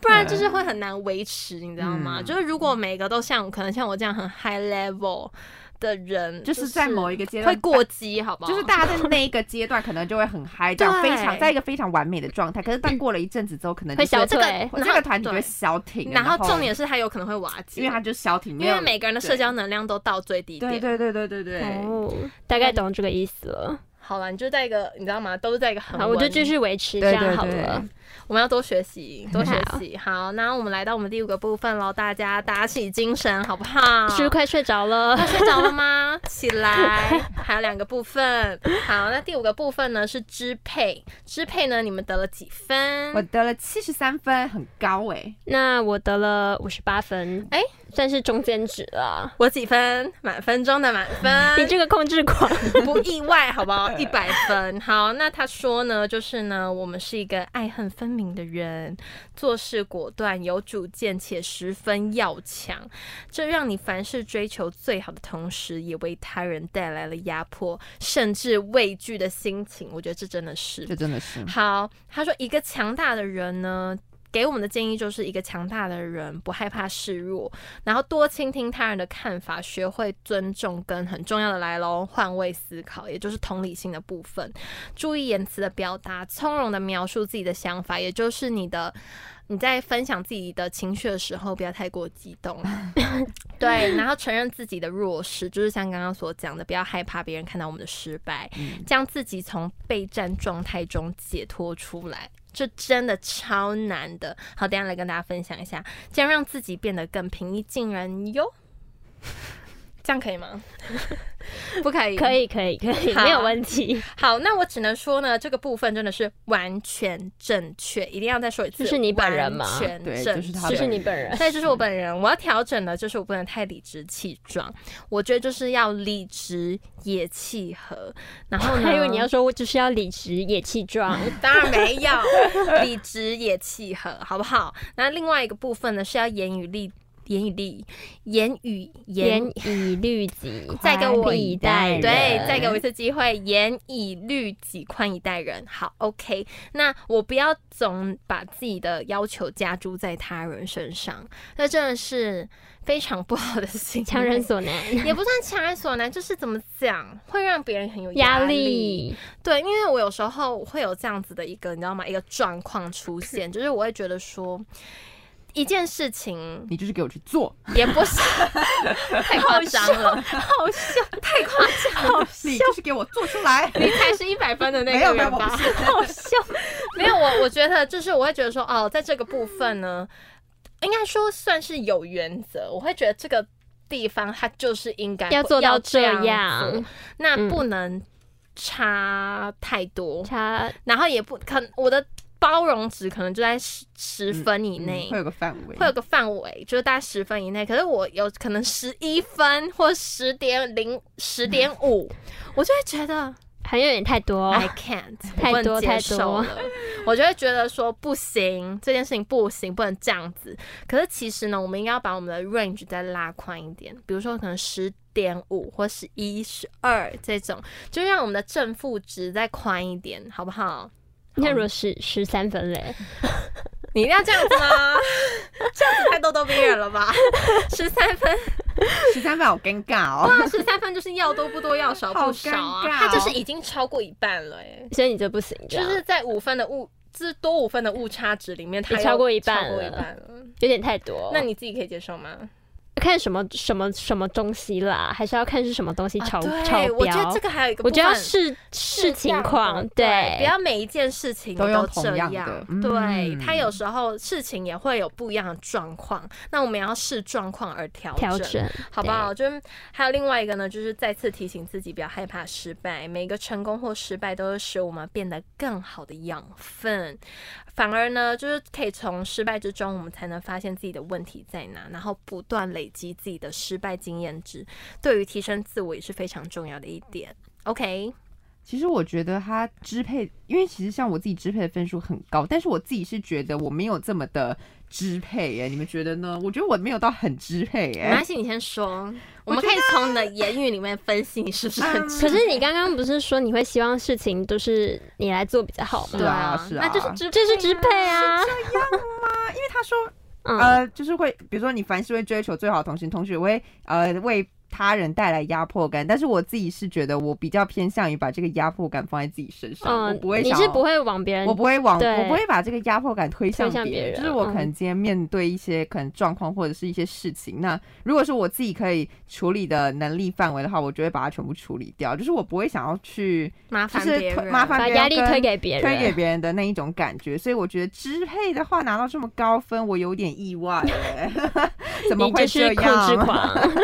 S2: 不然就是会很难维持，你知道吗？
S3: 嗯
S2: 就是如果每个都像可能像我这样很 high level 的人，
S3: 就是在某一个阶段
S2: 会过激，好不好？
S3: 就是大 家在那一个阶段可能就会很嗨，这样
S2: 对
S3: 非常在一个非常完美的状态。可是但过了一阵子之后，可能就
S4: 会
S3: 是
S4: 消
S2: 这个
S4: 退
S3: 我
S2: 然
S3: 这
S2: 后
S3: 个团体就会
S2: 对
S3: 消停了。
S2: 然后重点是他有可能会瓦解，
S3: 因为它就消停，没
S2: 因为
S3: 有
S2: 每个人的社交能量都到最低点。
S3: 对对对对对对。
S4: 哦，大概懂这个意思了。
S2: 好了，你就在一个你知道吗？都是在一个很
S4: 好，我就
S2: 温
S4: 继续维持
S3: 对
S4: 这样
S3: 对
S4: 好
S3: 对
S4: 了。
S2: 我们要多学习，多学
S4: 好
S2: 习。好，那我们来到我们第五个部分喽，大家打起精神，好不好？
S4: 是不是快睡着了？
S2: 快睡着了吗？起来，还有两个部分。好，那第五个部分呢是支配，支配呢你们得了几分？
S3: 我得了七十三分，很高哎、
S4: 那我得了五十八分，
S2: 哎
S4: 算是中间值了。
S2: 我几分？满分中的满分。
S4: 你这个控制狂，
S2: 不意外，好不好？一百分。好，那他说呢，就是呢，我们是一个爱恨分明的人，做事果断、有主见且十分要强，这让你凡事追求最好的同时，也为他人带来了压迫甚至畏惧的心情。我觉得这真的是
S3: 这真的是
S2: 好，他说一个强大的人呢。给我们的建议就是一个强大的人，不害怕示弱，然后多倾听他人的看法，学会尊重，跟很重要的来喽，换位思考，也就是同理心的部分，注意言辞的表达，从容的描述自己的想法，也就是你的你在分享自己的情绪的时候，不要太过激动， 对，然后承认自己的弱势，就是像刚刚所讲的，不要害怕别人看到我们的失败，
S4: 嗯
S2: 将自己从备战状态中解脱出来。这真的超难的，好，等一下来跟大家分享一下，这样让自己变得更平易近人 哟。这样可以吗？不可以，
S4: 可以可以可以，
S2: 好
S4: 没有问题。
S2: 好，那我只能说呢，这个部分真的是完全正确，一定要再说一次，
S4: 就是你本人吗
S2: 完全
S3: 对
S2: 正
S3: 就是他
S4: 就
S2: 确
S4: 是你本人，
S2: 对，就是我本人，我要调整的就是我不能太理直气壮，我觉得就是要理直也气和。然后呢，
S4: 还以为你要说我只是要理直也气壮，
S2: 当然没有，理直也气和，好不好？那另外一个部分呢是要言语力，言语力，言语
S4: 严
S2: 言。
S4: 以律 己，
S2: 再给我
S4: 一
S3: 一
S4: 代
S3: 代
S2: 对，
S4: 人
S2: 再给我一次机会，严以律己，宽以待人。好，OK。那我不要总把自己的要求加诸在他人身上，那真的是非常不好的行为
S4: 强人所难，
S2: 也不算强人所难，就是怎么讲，会让别人很有
S4: 压
S2: 力。
S4: 力。
S2: 对，因为我有时候会有这样子的一个，你知道吗？一个状况出现，就是我会觉得说，一件事情
S3: 你就是给我去 做，
S2: 也不是太夸张了，好笑，太夸张了，
S3: 你就是给我做出来。
S2: 你才是一百分 的那
S3: 没有
S2: 个
S3: 没有
S2: 人吧
S3: 我？
S2: 好 笑，没有我，我觉得就是我会觉得说，哦，在这个部分呢，应该说算是有原则，我会觉得这个地方它就是应该
S4: 要做到
S2: 这
S4: 这
S2: 样
S4: 样
S2: 做，那
S4: 嗯
S2: 不能差太多，
S4: 他
S2: 然后也不可我的包容值可能就在十十分以内。
S3: 嗯 会有个范围，
S2: 会有个范围，就是大概十分以内。可是我有可能十一分或十点零、十点 五，我就会觉得
S4: 好像有点太多，
S2: I can't，我
S4: 太
S2: 不能
S4: 多
S2: 接
S4: 太
S2: 受
S4: 多
S2: 了， 我就会觉得说不行，这件事情不行，不能这样子。可是其实呢，我们应该要把我们的 range 再拉宽一点，比如说可能十点五或十一、十二这种，就让我们的正负值再宽一点，好不好？
S4: 那如果是十三分嘞，
S2: 你一定要这样子 吗？这样子太咄咄逼人了吧？十三分，
S3: 十三分好尴尬 哦。
S2: 那十三分就是要多不多，要少不少啊
S3: 好尴，尬
S2: 它
S3: 哦
S2: 就是已经超过一半了、欸，
S4: 所以你这不行，这
S2: 就
S4: 样
S2: 是在五分的误，就是多五分的误差值里面，它
S4: 也
S2: 又
S4: 超过一半
S2: 超过一
S4: 了
S2: 半了。哦
S4: 有点太多。
S2: 那你自己可以接受吗？
S4: 看什么什么什么东西啦，还是要看是什么东西超
S2: 啊
S4: 超
S2: 对，我觉
S4: 标
S2: 得这。个还有一个部
S4: 我
S2: 分，
S4: 觉得要视视情况，
S2: 对，不
S4: 对，
S2: 要每一件事情
S3: 都用
S2: 这
S3: 同样
S2: 样。
S3: 的嗯
S2: 对，它有时候事情也会有不一样的状况，那我们也要视状况而调
S4: 调
S2: 整。
S4: 整，
S2: 好不好？就是还有另外一个呢，就是再次提醒自己不要害怕失败，每个成功或失败都是使我们变得更好的养分。反而呢，就是可以从失败之中，我们才能发现自己的问题在哪，然后不断累积自己的失败经验值，对于提升自我也是非常重要的一点。OK，
S3: 其实我觉得他支配，因为其实像我自己支配的分数很高，但是我自己是觉得我没有这么的支配耶，你们觉得呢？我觉得我没有到很支配
S2: 没关
S3: 耶。
S2: 系，你先说，我们可以从你的言语里面分析你是不是很
S3: 嗯
S4: 可是你刚刚不是说你会希望事情都是你来做比较好吗？
S3: 是啊是啊
S2: 那就是支配啊
S4: 这是支配啊，
S3: 因为他说，
S4: 嗯，
S3: 呃，就是会，比如说你凡事会追求最好的同时，同时也会呃为他人带来压迫感，但是我自己是觉得我比较偏向于把这个压迫感放在自己身上，我
S4: 嗯
S3: 不会
S4: 你
S3: 想
S4: 是
S3: 要
S4: 不会往别人
S3: 我不会往，
S4: 对
S3: 我不会把这个压迫感推向
S4: 推向别人嗯
S3: 就是我可能今天面对一些可能状况或者是一些事情，那如果是我自己可以处理的能力范围的话，我就会把它全部处理掉，就是我不会想要去
S2: 麻
S3: 就
S2: 烦
S3: 是
S2: 别
S3: 推
S2: 人，
S3: 麻烦
S4: 把
S3: 别人
S4: 压力
S3: 跟
S4: 推给别人，
S3: 推给别人的那一种感觉，所以我觉得支配的话拿到这么高分，我有点意外、欸， 怎么
S4: 你
S3: 会
S4: 就
S3: 这
S4: 是控制
S3: 样？
S2: 啊
S4: 狂，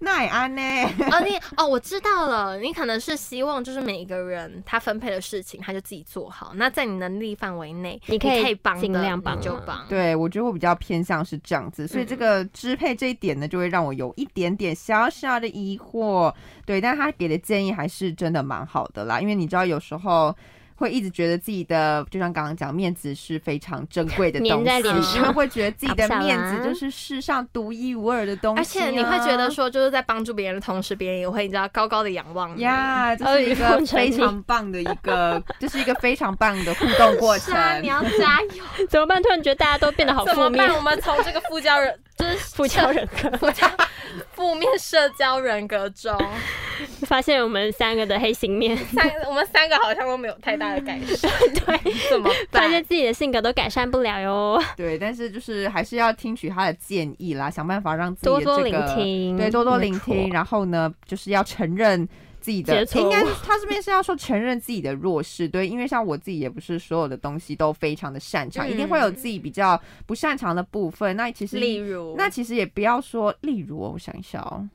S3: 那也安呢？
S2: 哦，你哦，我知道了，你可能是希望就是每一个人他分配的事情，他就自己做好。那在你能力范围内，你
S4: 你可以
S2: 帮的，
S4: 尽量帮
S2: 你就
S4: 啊
S2: 帮。，
S3: 对，我觉得我比较偏向是这样子，所以
S4: 嗯
S3: 这个支配这一点呢，就会让我有一点点小小的疑惑。对，但他给的建议还是真的蛮好的啦，因为你知道有时候。会一直觉得自己的，就像刚刚讲，面子是非常珍贵的东西，
S4: 粘在脸
S3: 因为
S4: 上
S3: 会觉得自己的
S4: 打不下
S3: 面
S4: 来
S3: 子就是世上独一无二的东
S2: 而
S3: 西啊、
S2: 且你会觉得说，就是在帮助别人的同时，别人也会你知道高高的仰望你。
S3: 呀，这
S4: 阿
S3: 是
S4: 谀
S3: 一个
S4: 奉承
S3: 非
S4: 你
S3: 常棒的一个，这是一个非常棒的互动过
S2: 是
S3: 程。
S2: 啊，你要加油！
S4: 怎么办？突然觉得大家都变得 好
S2: 怎
S4: 负
S2: 么
S4: 面
S2: 办？，我们从这个副交人，就是
S4: 负交人格，
S2: 负交负面社交人格中，
S4: 发现我们三个的黑心 面，
S2: 三我们三个好像都没有太大 的改善，对，怎么
S4: 发
S2: 办？
S4: 现自己的性格都改善不了哟，
S3: 对，但是就是还是要听取他的建议啦，想办法让自己
S4: 多
S3: 的这个
S4: 多聆听，
S3: 对，多多聆
S4: 没
S3: 听，
S4: 错。
S3: 然后呢，就是要承认自己的，
S4: 自己
S3: 应
S4: 的
S3: 该
S4: 错误
S3: 是他这边是要说承认自己的弱势，对，因为像我自己也不是所有的东西都非常的擅长，一定会有自己比较不擅长的部分。那其实
S2: 嗯例如，
S3: 那其实也不要说，例如哦我想一下哦，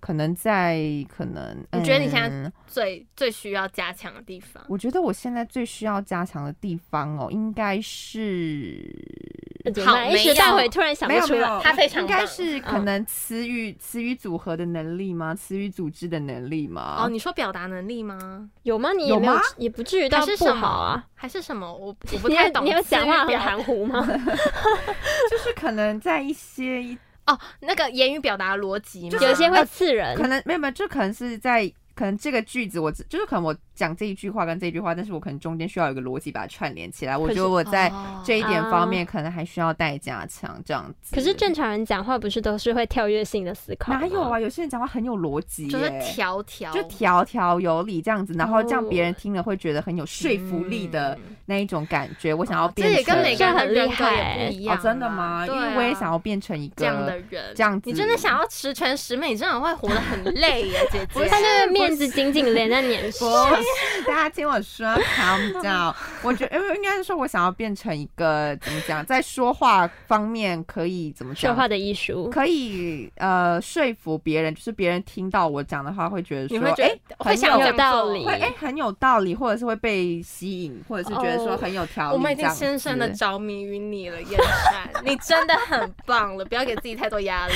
S3: 可能在可能，
S2: 你觉得你现在
S3: 嗯
S2: 最最需要加强的地方，
S3: 我觉得我现在最需要加强的地方哦，应该是
S2: 好
S4: 那一时
S2: 没
S4: 半
S2: 有
S4: 会突然想
S3: 没
S4: 不
S3: 有
S4: 出
S3: 没
S4: 来，
S3: 有，
S2: 他非常
S3: 应该
S2: 棒嗯
S3: 是可能词语、词语组合的能力吗？词语组织的能力吗？
S2: 哦，你说表达能力吗？
S4: 有吗？你也
S3: 有
S4: 没有
S3: 吗，
S4: 也不至于
S2: 还
S4: 到
S2: 是
S4: 不
S2: 什
S4: 好
S2: 么
S4: 啊。？
S2: 还是什么？我我不
S4: 你
S2: 太
S4: 有
S2: 懂。
S4: 你有讲话
S2: 词语
S4: 很
S2: 表
S4: 含糊吗？
S3: 就是可能在一些，
S2: 哦，那个言语表达逻辑吗，
S3: 就是呃
S4: 有一些会刺人，
S3: 可能没有没有，就可能是在。可能这个句子我只就是可能我讲这一句话跟这一句话，但是我可能中间需要有一个逻辑把它串联起来。我觉得我在
S2: 哦
S3: 这一点方面可能还需要待加强，这样子。
S4: 可是正常人讲话不是都是会跳跃性的思考？
S3: 哪有？啊？有些人讲话很有逻辑耶，
S2: 就是条条
S3: 就条条有理这样子，然后这样别人听了会觉得很有说服力的
S2: 哦嗯
S3: 那一种感觉。我想要
S2: 哦这
S3: 变成，
S2: 也跟每个人的
S4: 这很厉
S2: 人格也
S4: 害
S2: 不一样
S3: 哦
S2: 啊，
S3: 真的吗？因
S2: 对
S3: 为我也
S2: 啊
S3: 想要变成一个
S2: 这样的人，
S3: 这样子
S2: 你真的想要十全十美，你真的会活得很累 耶，姐姐。
S4: 他那个面子紧紧连在脸上
S3: 不，
S2: 哦
S3: 是，大家听我说 calm down。我觉得，因为应该是说，我想要变成一个怎么讲，在说话方面可以怎么
S4: 说
S3: 讲？
S4: 话的艺术。
S3: 可以呃说服别人，就是别人听到我讲的话会觉得说，
S2: 你会觉
S3: 诶
S2: 得会
S3: 很
S2: 想
S3: 有
S2: 这样
S4: 道
S2: 做
S4: 理
S3: 会哎、很有道理，或者是会被吸引，或者是觉得说
S4: 哦
S3: 很有条理、
S2: 我们已经
S3: 这样
S2: 深深的
S3: 子
S2: 着迷于你了，燕山， 你真的很棒了，不要给自己太多压力。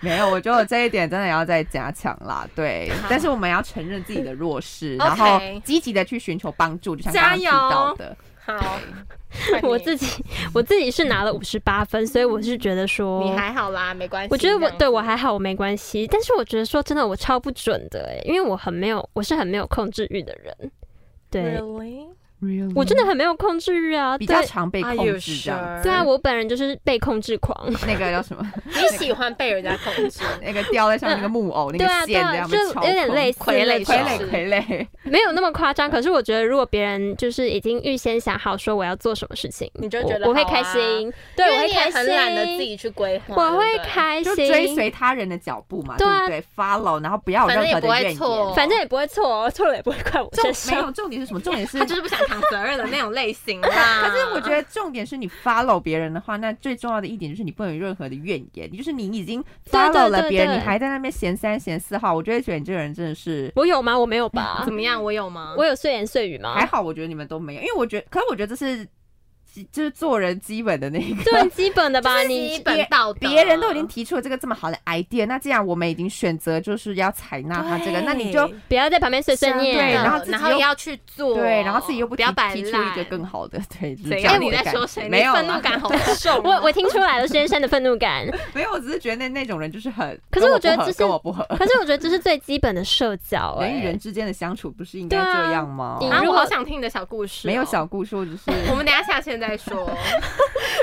S3: 没有，我觉得我这一点真的要再加强啦。对
S2: 好，
S3: 但是我们要承认自己的 弱势，
S2: OK
S3: 然后积极的去寻求帮助，就像刚刚提
S2: 加油
S3: 到的。
S2: 好，
S3: 哎
S4: 我自
S2: 己
S4: 己我自己是拿了五十八分，所以我是觉得说，
S2: 你还好啦，没关系。
S4: 我觉得我
S2: 这样
S4: 对我还好，我没关系。但是我觉得说真的，我超不准的哎、因为我很没有，我是很没有控制欲的人。
S2: 啊
S4: 对，
S2: Really？
S3: Really？
S4: 我真的很没有控制欲啊。
S3: 比较
S4: 对，
S3: 常被
S2: Are
S3: 控
S2: you
S3: 制这样
S2: sure？
S3: 子。
S4: 对啊，我本人就是被控制狂。
S3: 那个叫什么？
S2: 你喜欢被人家控制，
S3: 那个吊在上面那个木偶那
S4: 对啊，
S3: 个
S4: 对
S3: 线这
S4: 啊，
S3: 样
S4: 就
S3: 被
S4: 有点类似
S2: 傀儡
S4: 那
S3: 傀
S4: 种
S3: 儡
S2: 是
S3: 傀儡。
S4: 没有那么夸张。可是我觉得，如果别人就是已经预先想好说我要做什么事情，
S2: 你就觉得
S4: 我我会
S2: 好啊
S4: 开心，对，我
S2: 因为
S4: 会
S2: 你也
S4: 开心，
S2: 很懒得自己去规划，
S4: 我会
S2: 对不对。
S4: 开
S3: 就
S4: 心，
S3: 追随他人的脚步嘛，
S4: 对
S3: 对
S4: 啊
S3: 不对？Follow，然后不要有
S2: 反正
S3: 任何
S2: 也不
S3: 的
S2: 会
S3: 怨言。
S2: 错
S4: 反正也不会错哦，错了也不会怪我身
S3: 重没
S4: 上。
S3: 有重点是什么？重点是
S2: 他，就是不想扛责任的那种类型啦。
S3: 可是我觉得重点是你 follow 别人的话，那最重要的一点就是你不能有任何的怨言，就是你已经
S4: 对啊
S3: follow
S4: 对
S3: 了别人，
S4: 对
S3: 你还在那边嫌三嫌四的话，我就会觉得你这个人真的是
S4: 我有吗？我没有吧
S3: 嗯
S2: 怎？么样，我有吗？
S4: 我有碎言碎语吗
S3: 还？好，我觉得你们都没有，因为我觉得，可是我觉得这是就是做人基本的那 个。
S4: 最基本的吧，
S2: 就是
S4: 你
S2: 基本道德，
S3: 别人都已经提出了这个这么好的 idea，那既然我们已经选择就是要采纳它这个，那你就
S4: 不要在旁边碎碎念。
S3: 对然后自己
S2: 然后
S3: 又
S2: 也要去做，
S3: 对，然后自己又不
S2: 不
S3: 提
S2: 要摆
S3: 提出一
S2: 烂
S3: 个更好的，对，就是这
S2: 怎
S3: 样
S2: 样？
S3: 的
S2: 你在
S3: 感
S2: 说
S3: 觉
S2: 谁？
S3: 没
S2: 你
S3: 有
S2: 愤
S3: 啦
S2: 怒感好重。啊
S4: 我我听出来了，先生的愤 怒感。
S3: 没有，我只是觉得那那种人就是很，
S4: 可是
S3: 跟
S4: 我觉得
S3: 不合
S4: 这是
S3: 跟我不合，
S4: 可是我觉得这是最基本的社交、哎，
S3: 人与 人之间的相处不是应该
S4: 对啊
S3: 这样吗？
S4: 你
S2: 啊，
S4: 如
S2: 我
S4: 果
S2: 好想听你的小故事、
S3: 没有，小故事，我 只是
S2: 我们等一下下线再说。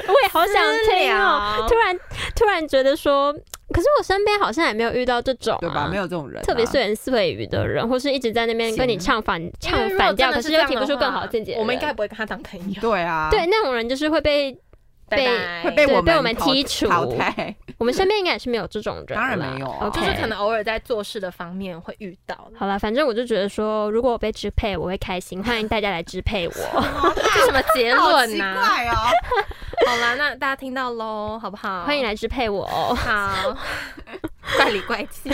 S4: 我也好想听哦、
S2: 私聊
S4: 突然突然觉得说，可是我身边好像也没有遇到这种、啊，
S3: 对吧？没有这种人啊，
S4: 特别碎言碎语的人，或是一直在那边跟你唱反
S2: 因为
S4: 唱
S2: 如果
S4: 反
S2: 真
S4: 调，
S2: 的
S4: 可
S2: 是
S4: 是
S2: 这
S4: 又
S2: 样
S4: 提
S2: 的
S4: 不出更好
S2: 话
S4: 的见解的人。
S2: 我们应该不会跟他当朋友。
S3: 对啊，
S4: 对那种人就是会被被
S2: 拜拜
S3: 会被
S4: 对
S3: 我们
S4: 被我们
S3: 淘
S4: 剔除
S3: 淘汰，
S4: 我们身边应该也是没有这种人啦，
S3: 当然没有啊
S4: OK
S2: 就是可能偶尔在做事的方面会遇到啦。
S4: 好了，反正我就觉得说，如果我被支配，我会开心，欢迎大家来支配我，
S2: 这什么结
S3: 好
S2: 论啊
S3: 奇
S2: 呐、
S3: 怪哦。
S2: 好啦，那大家听到喽，好不好？
S4: 欢迎。来支配我哦。
S2: 好， 怪里怪气。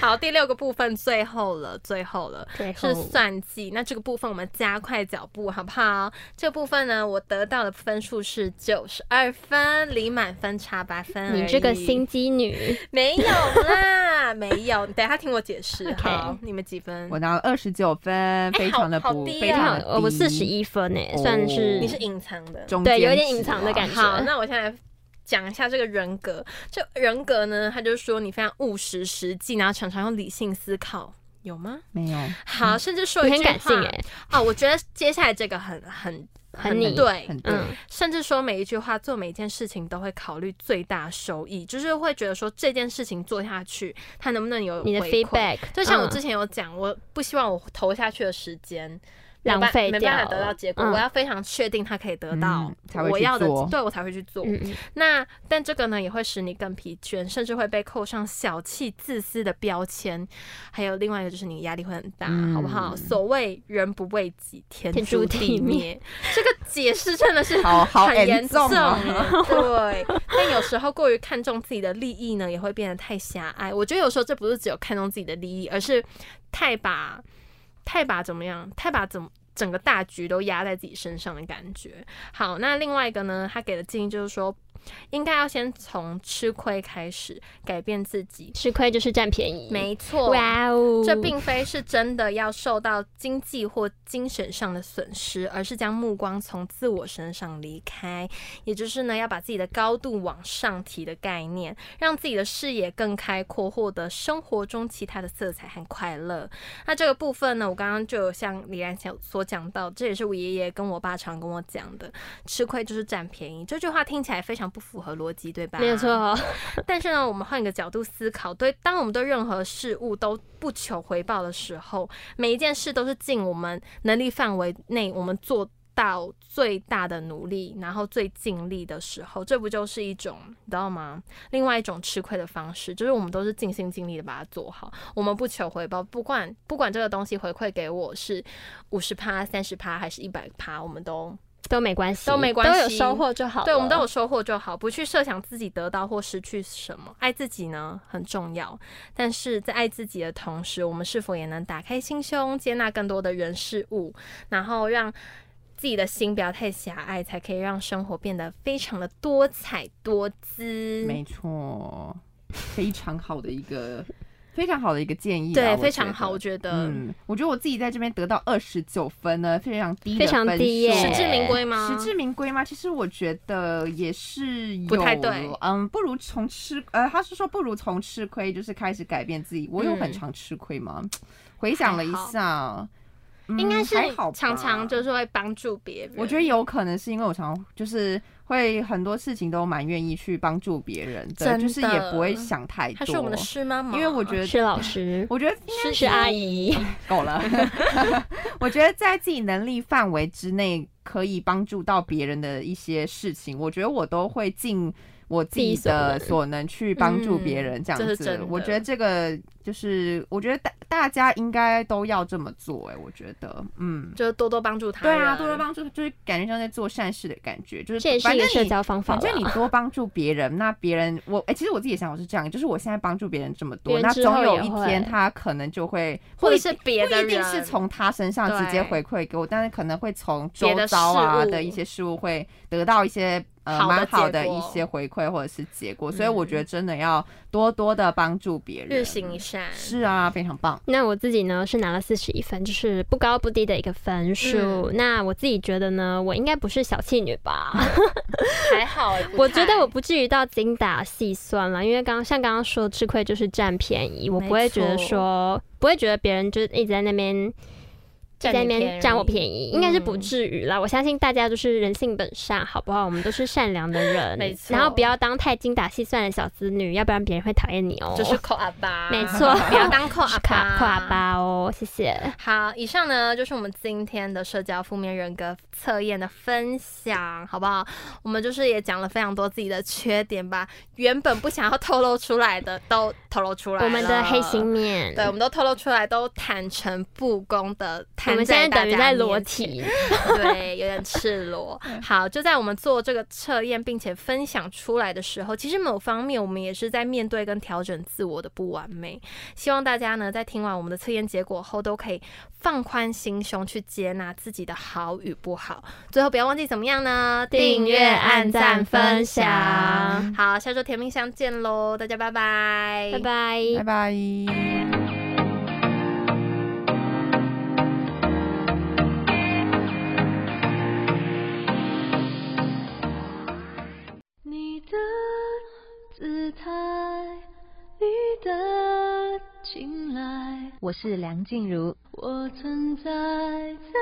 S2: 好，第六个部分最后了，最后了。
S4: 最
S2: 是
S4: 后
S2: 算计，那这个部分我们加快脚步，好不好？这部分呢，我得到的分数是九十二分，离满分差八分而已。
S4: 你这个心机女，
S2: 没有啦，没有。你等一下听我解 释。
S4: OK
S2: 好，你们几分
S3: 我？拿了二十九分，非常的
S2: 好
S3: 不，
S2: 好低
S3: 非
S2: 哦
S4: 哎你好
S3: 常，的
S4: 呃
S3: 低，
S4: 我四十，一分诶，算是
S2: 你是隐藏的。
S3: 中
S4: 对有
S3: 间
S4: 点
S3: 值
S4: 隐藏的
S3: 啊
S4: 感觉
S2: 好，那我现在。讲一下这个人格，这人格呢，他就说你非常务实实际，然后常常用理性思考，有吗？
S3: 没有，
S2: 好，甚至说
S4: 嗯你
S2: 一
S4: 很
S2: 句
S4: 感性
S2: 话
S4: 诶，
S2: 啊、我觉得接下来这个很很
S4: 很你
S2: 对，
S3: 很对，
S4: 嗯，
S2: 甚至说每一句话、做每一件事情都会考虑最大收益，就是会觉得说这件事情做下去，它能不能有
S4: 你的
S2: 回馈
S4: feedback，嗯
S2: 就像我之
S4: 前
S2: 前有讲，我不希望我投下去的时间。
S4: 浪费
S2: 没办法
S4: 掉
S2: 得到结果，
S4: 嗯
S2: 我要非常确定它可以得到
S3: 嗯才会
S2: 我
S3: 去
S2: 要的
S3: 做，
S2: 对我才会去做。
S4: 嗯嗯
S2: 那但这个呢，也会使你更疲倦，甚至会被扣上小气、自私的标签。还有另外一个就是你压力会很大，
S3: 嗯
S2: 好不好？所谓人不为己，天
S4: 天
S2: 诛
S4: 诛
S2: 地
S4: 地
S2: 灭，这个解释真的是
S3: 好好
S2: 很严
S3: 严 重啊
S2: 欸对，但有时候过于看重自己的利益呢，也会变得太狭隘。我觉得有时候这不是只有看重自己的利益，而是太把太把怎么样，太把怎么。整个大局都压在自己身上的感觉。好，那另外一个呢，他给的建议就是说，应该要先从吃亏开始，改变自己。
S4: 吃亏就是占便宜，
S2: 没错，
S4: 哇哦，
S2: 这并非是真的要受到经济或精神上的损失，而是将目光从自我身上离开，也就是呢，要把自己的高度往上提的概念，让自己的视野更开阔，获得生活中其他的色彩和快乐。那这个部分呢，我刚刚就有像李兰想所讲到，这也是我爷爷跟我爸常跟我讲的，吃亏就是占便宜。这句话听起来非常不符合逻辑，对吧？
S4: 没有错哦，
S2: 但是呢，我们换个角度思考，对，当我们对任何事物都不求回报的时候，每一件事都是尽我们能力范围内，我们做到最大的努力，然后最尽力的时候，这不就是一种，你知道吗？另外一种吃亏的方式，就是我们都是尽心尽力的把它做好，我们不求回报，不管不管这个东西回馈给我是五十趴、三十趴还是一百趴，我们都
S4: 都没关系，
S2: 都没关系
S4: 都有收获就好了，
S2: 对，我们都有收获就好，不去设想自己得到或失去什么。爱自己呢很重要，但是在爱自己的同时，我们是否也能打开心胸，接纳更多的人事物，然后让自己的心不要太狭隘，才可以让生活变得非常的多彩多姿。
S3: 没错，非常好的一个，非常好的一个建议啊、
S2: 对，
S3: 我
S2: 非
S3: 觉
S2: 常
S3: 得
S2: 好，我。觉得。
S3: 嗯，我觉得我自己在这边得到二十九分呢，非常低的
S4: 非常
S3: 分
S4: 低
S3: 数
S4: 耶
S2: 实至名归吗？
S3: 实至名归吗？其实我觉得也是有，
S2: 不太对
S3: 嗯，不如从吃，呃，他是说不如从吃亏就是开始改变自己。我有
S2: 嗯
S3: 很常吃亏吗？回想了一下，嗯
S2: 应该是
S3: 还好吧，
S2: 常常就是会帮助别人。
S3: 我觉得有可能是因为我常常就是会很多事情都蛮愿意去帮助别人的，
S2: 真的
S3: 就是也不会想太多。
S2: 他是我们的师妈啊妈，
S3: 因为我觉得，
S4: 是老师，
S3: 我觉得
S4: 是是阿姨，
S2: 哦
S3: 够了。我觉得在自己能力范围之内可以帮助到别人的一些事情，我觉得我都会尽我自己的所能去帮助别人，这
S2: 嗯这
S3: 样
S2: 是真
S3: 子
S2: 的。
S3: 我觉得这个就是，我觉得大大家应该都要这么做。哎，我觉得，嗯，
S2: 就是多多帮助他
S3: 对
S2: 人。
S3: 啊，多多帮助，就是感觉像在做善事的感觉，就
S4: 这也
S3: 是
S4: 是
S3: 反
S4: 一
S3: 正
S4: 个社
S3: 你
S4: 交方法
S3: 反
S4: 啦。
S3: 正你多帮助别人， 那别人我哎、其实我自己想法是这样，就是我现在帮助别人这么多，
S4: 别人
S3: 那
S4: 之
S3: 总
S4: 后
S3: 有
S4: 也
S3: 一
S4: 会
S3: 天他可能就会，
S2: 或者
S3: 一
S2: 是
S3: 定
S2: 别的
S3: 不一定是
S2: 人
S3: 从他身上直接
S2: 对
S3: 回馈给我，但是可能会从
S2: 别
S3: 周
S2: 的
S3: 遭啊
S2: 事物
S3: 的一些事物会得到一些呃
S2: 好的
S3: 蛮好的
S2: 结果
S3: 一些回馈或者是结果，所以
S2: 嗯
S3: 我觉得真的要多多的帮助别人，
S2: 日行一善，
S3: 是啊，非常棒。
S4: 那我自己呢是拿了四十一分，就是不高不低的一个分
S2: 嗯
S4: 数。那我自己觉得呢，我应该不是小气女吧？
S2: 还好 欸。不
S4: 我觉得
S2: 嗯太
S4: 我不至于到精打细算了，因为刚像刚刚说吃亏就是占便宜，我不会觉得
S2: 没错
S4: 说不会觉得别人就一直在那边
S2: 占
S4: 在
S2: 你
S4: 那边
S2: 宜
S4: 占我便宜，应该是不
S2: 嗯
S4: 至于啦。我相信大家都是人性本善，好不好？我们都是善良的人，
S2: 没
S4: 然后
S2: 错
S4: 不要当太精打细算的小资女，要不然别人会讨厌你哦。
S2: 就是扣阿巴，
S4: 没错
S2: 不要当扣阿
S4: 是
S2: 巴，
S4: 卡跨。吧哦，谢谢。
S2: 好，以上呢就是我们今天的社交负面人格测验的分享，好不好？我们就是也讲了非常多自己的缺点吧，原本不想要透露出来的都透露出来了，
S4: 我们的黑心面，
S2: 对，我们都透露出来，都坦诚不公的
S4: 我
S2: 摊
S4: 们现在
S2: 大
S4: 等于
S2: 家
S4: 在裸
S2: 面前
S4: 体，
S2: 对，有点赤裸。
S4: 嗯
S2: 好，就在我们做这个测验并且分享出来的时候，其实某方面我们也是在面对跟调整自我的不完美。希望大家呢，在听完我们的测验结果后，都可以放宽心胸去接纳自己的好与不好。最后不要忘记怎么样呢？
S4: 订阅按赞分享。
S2: 好，下周甜蜜相见喽，大家拜拜，
S4: 拜。拜。
S3: 拜拜。
S5: 你的姿态，你的青睐，
S6: 我是梁静茹。
S5: 我存在在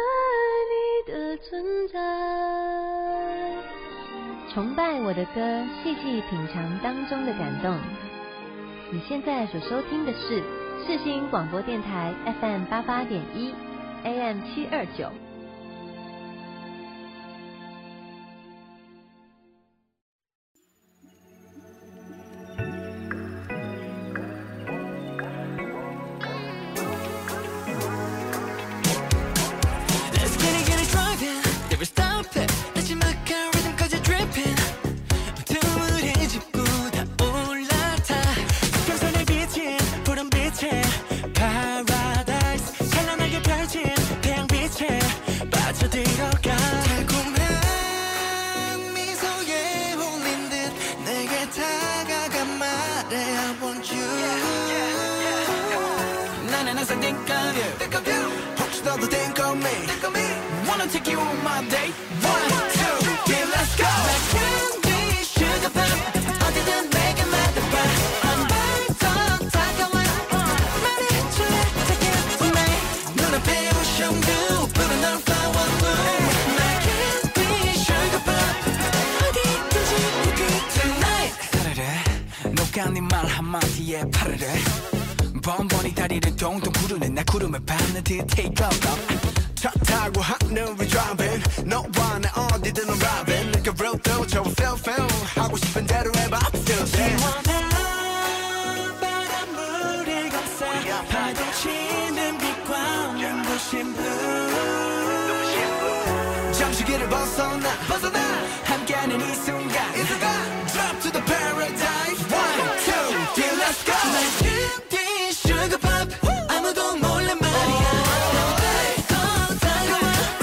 S5: 你的存在。
S6: 崇拜我的歌，细细品尝当中的感动。你现在所收听的是世新广播电台 FM 八八点一，AM 七二九。
S7: Let's get it, get it driving. Never stop it. 다시 막한 rhythm cause you're dripping. 어둠을 짚고 다 올라타. 평선의 빛인 푸른 빛에 paradise. 찬란하게 펼친 태양빛에 빠져들어가. 달콤한 미소에 홀린 듯 내게 다가가 말해 I want you. 나는 항상 think of you. Think of you. 혹시 너도 think of me. Think of me. Wanna take you on my date. One, two, three, let's go. 나 candy sugar pop. 어디든 내게 맡아봐. 한 발짝 다가와. 말해줄래 uh, take it for me. 눈앞에 오션 뷰. 푸른 널 flower bloom. 나 candy sugar pop. 어디든지 we be tonight. 사르르 녹아 네말 한마디에 파르르 번번이 다리를 동동 구르는 나 구름을 밟는 듯 take off 차 타고 하늘을 driving 너와 나 어디든 arriving 내가 real though 저 feel feel 하고 싶은 대로 해봐 I feel that 시원한 바닷물을 감싸 파도 치는 빛과 눈부신 blue 잠시기를 벗어나 벗어나 함께하는 이 순간 이 순간 Drop to the paradise One, two, three, let's go 나 candy sugar pop 아무도 몰래 말이야 더 다가와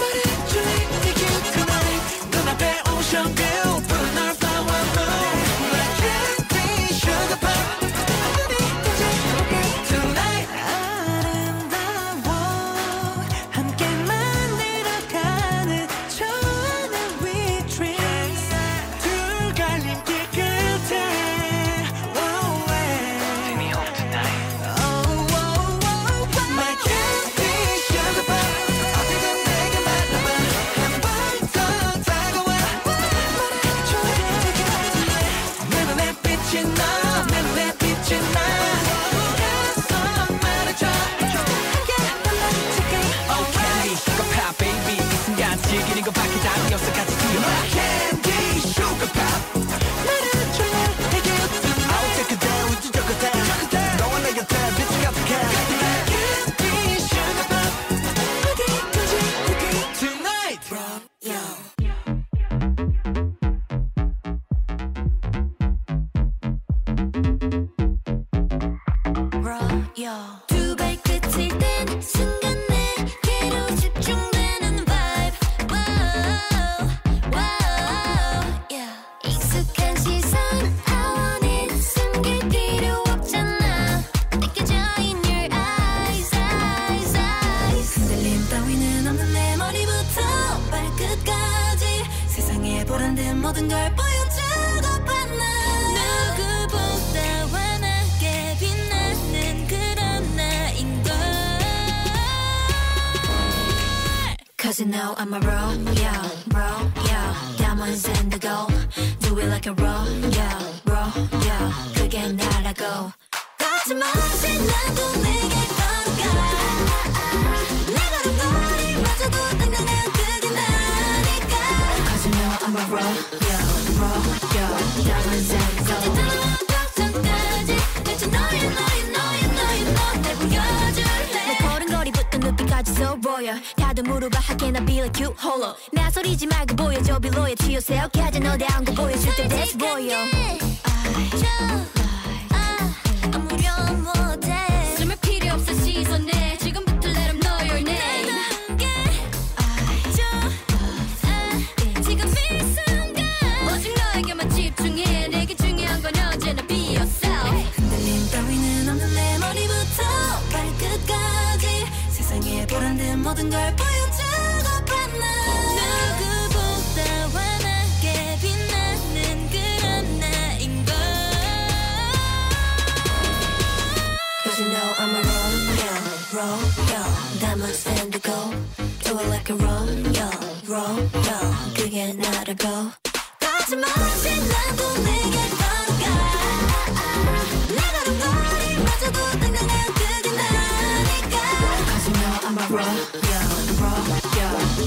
S7: 말해줄래 take you tonight 눈앞에 오션 뷰 푸른 널 flower moon 나 candy sugar pop 어디든지 우리 tonight 아름다워 함께 만들어가는 좋은 우리 dreams Oh,
S8: 모든 걸 보여주고 봤나 누구보다 환하게 빛나는 그런 나인걸 Cause you know I'm a royal, royal Diamonds and the gold Do it like a royal, royal 그게 나라고 거짓말 없이 나도 내게 걸어가 내가 더 거리 맞아도 당당한 그게 나니까 Cause you know I'm a royal, royal Diamonds and the gold 걱정까지 대체 너의 너의 너의 너의 너내 보여줄래 내 걸음걸이부터 눈빛까지 so royal 다들 물어봐 how can I be like you hollow 나서리지 말고 보여줘 below 치우세요 가자 너다운 거 보여줄 때 that's royal 아무렴 못해 숨을 필요 없어 씻어내 지금부터 let 'em know your name 나에게 알죠 지금 이 순간 오직 너에게만 집중해 내게 중요한 건 언제나 be yourself 흔들림 따위는 없는 내 머리부터 발끝까지 세상에 보란된 모든 걸 보여주고 봤나 누구보다 환하게 빛나는 그런 나인걸 Cause you know I'm a royal, royal Diamonds and the gold Do it like a royal, royal 그게 나라고 거짓말 없이 나도 내게 걸어가 내가 더 거리 맞아도 당당한 그게 나니까 Cause you know I'm a royal, royal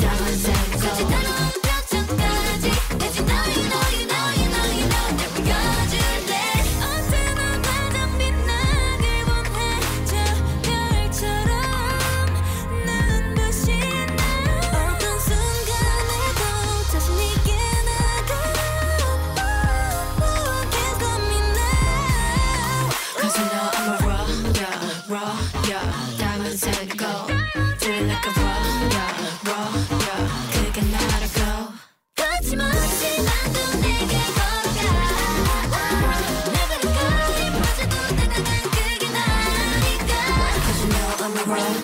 S8: Diamonds and the gold 굳이 걱정까지 대체 너의 너의 너의 너의 너내 보여줄래 언제나 가장 빛나길 원해 저 별처럼 눈부신 나 어떤 순간에도 자신 있게 나가 Can't stop me now Cause you know I'm a royal, royal Diamonds and gold Do it like a royal, royal 그게 나라고 거짓말 없이 나도 내게 걸어가 내가 그 거리 맞아도 당당한 그게 나니까 Cause you know I'm a royal, royal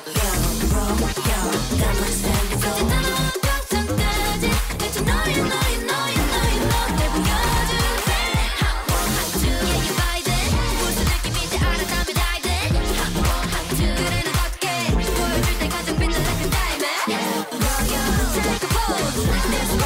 S8: Diamonds and gold 걱정까지 대체 너의 너의 너의 너의 너내 보여줄래 Hot one, hot two, yeah you buy that 무슨 느낌인지 알아 담배 die that Hot one, hot two, 그래 난 어떡해 보여줄 때 가장 빛나는 그 diamond Royal, take a pose There's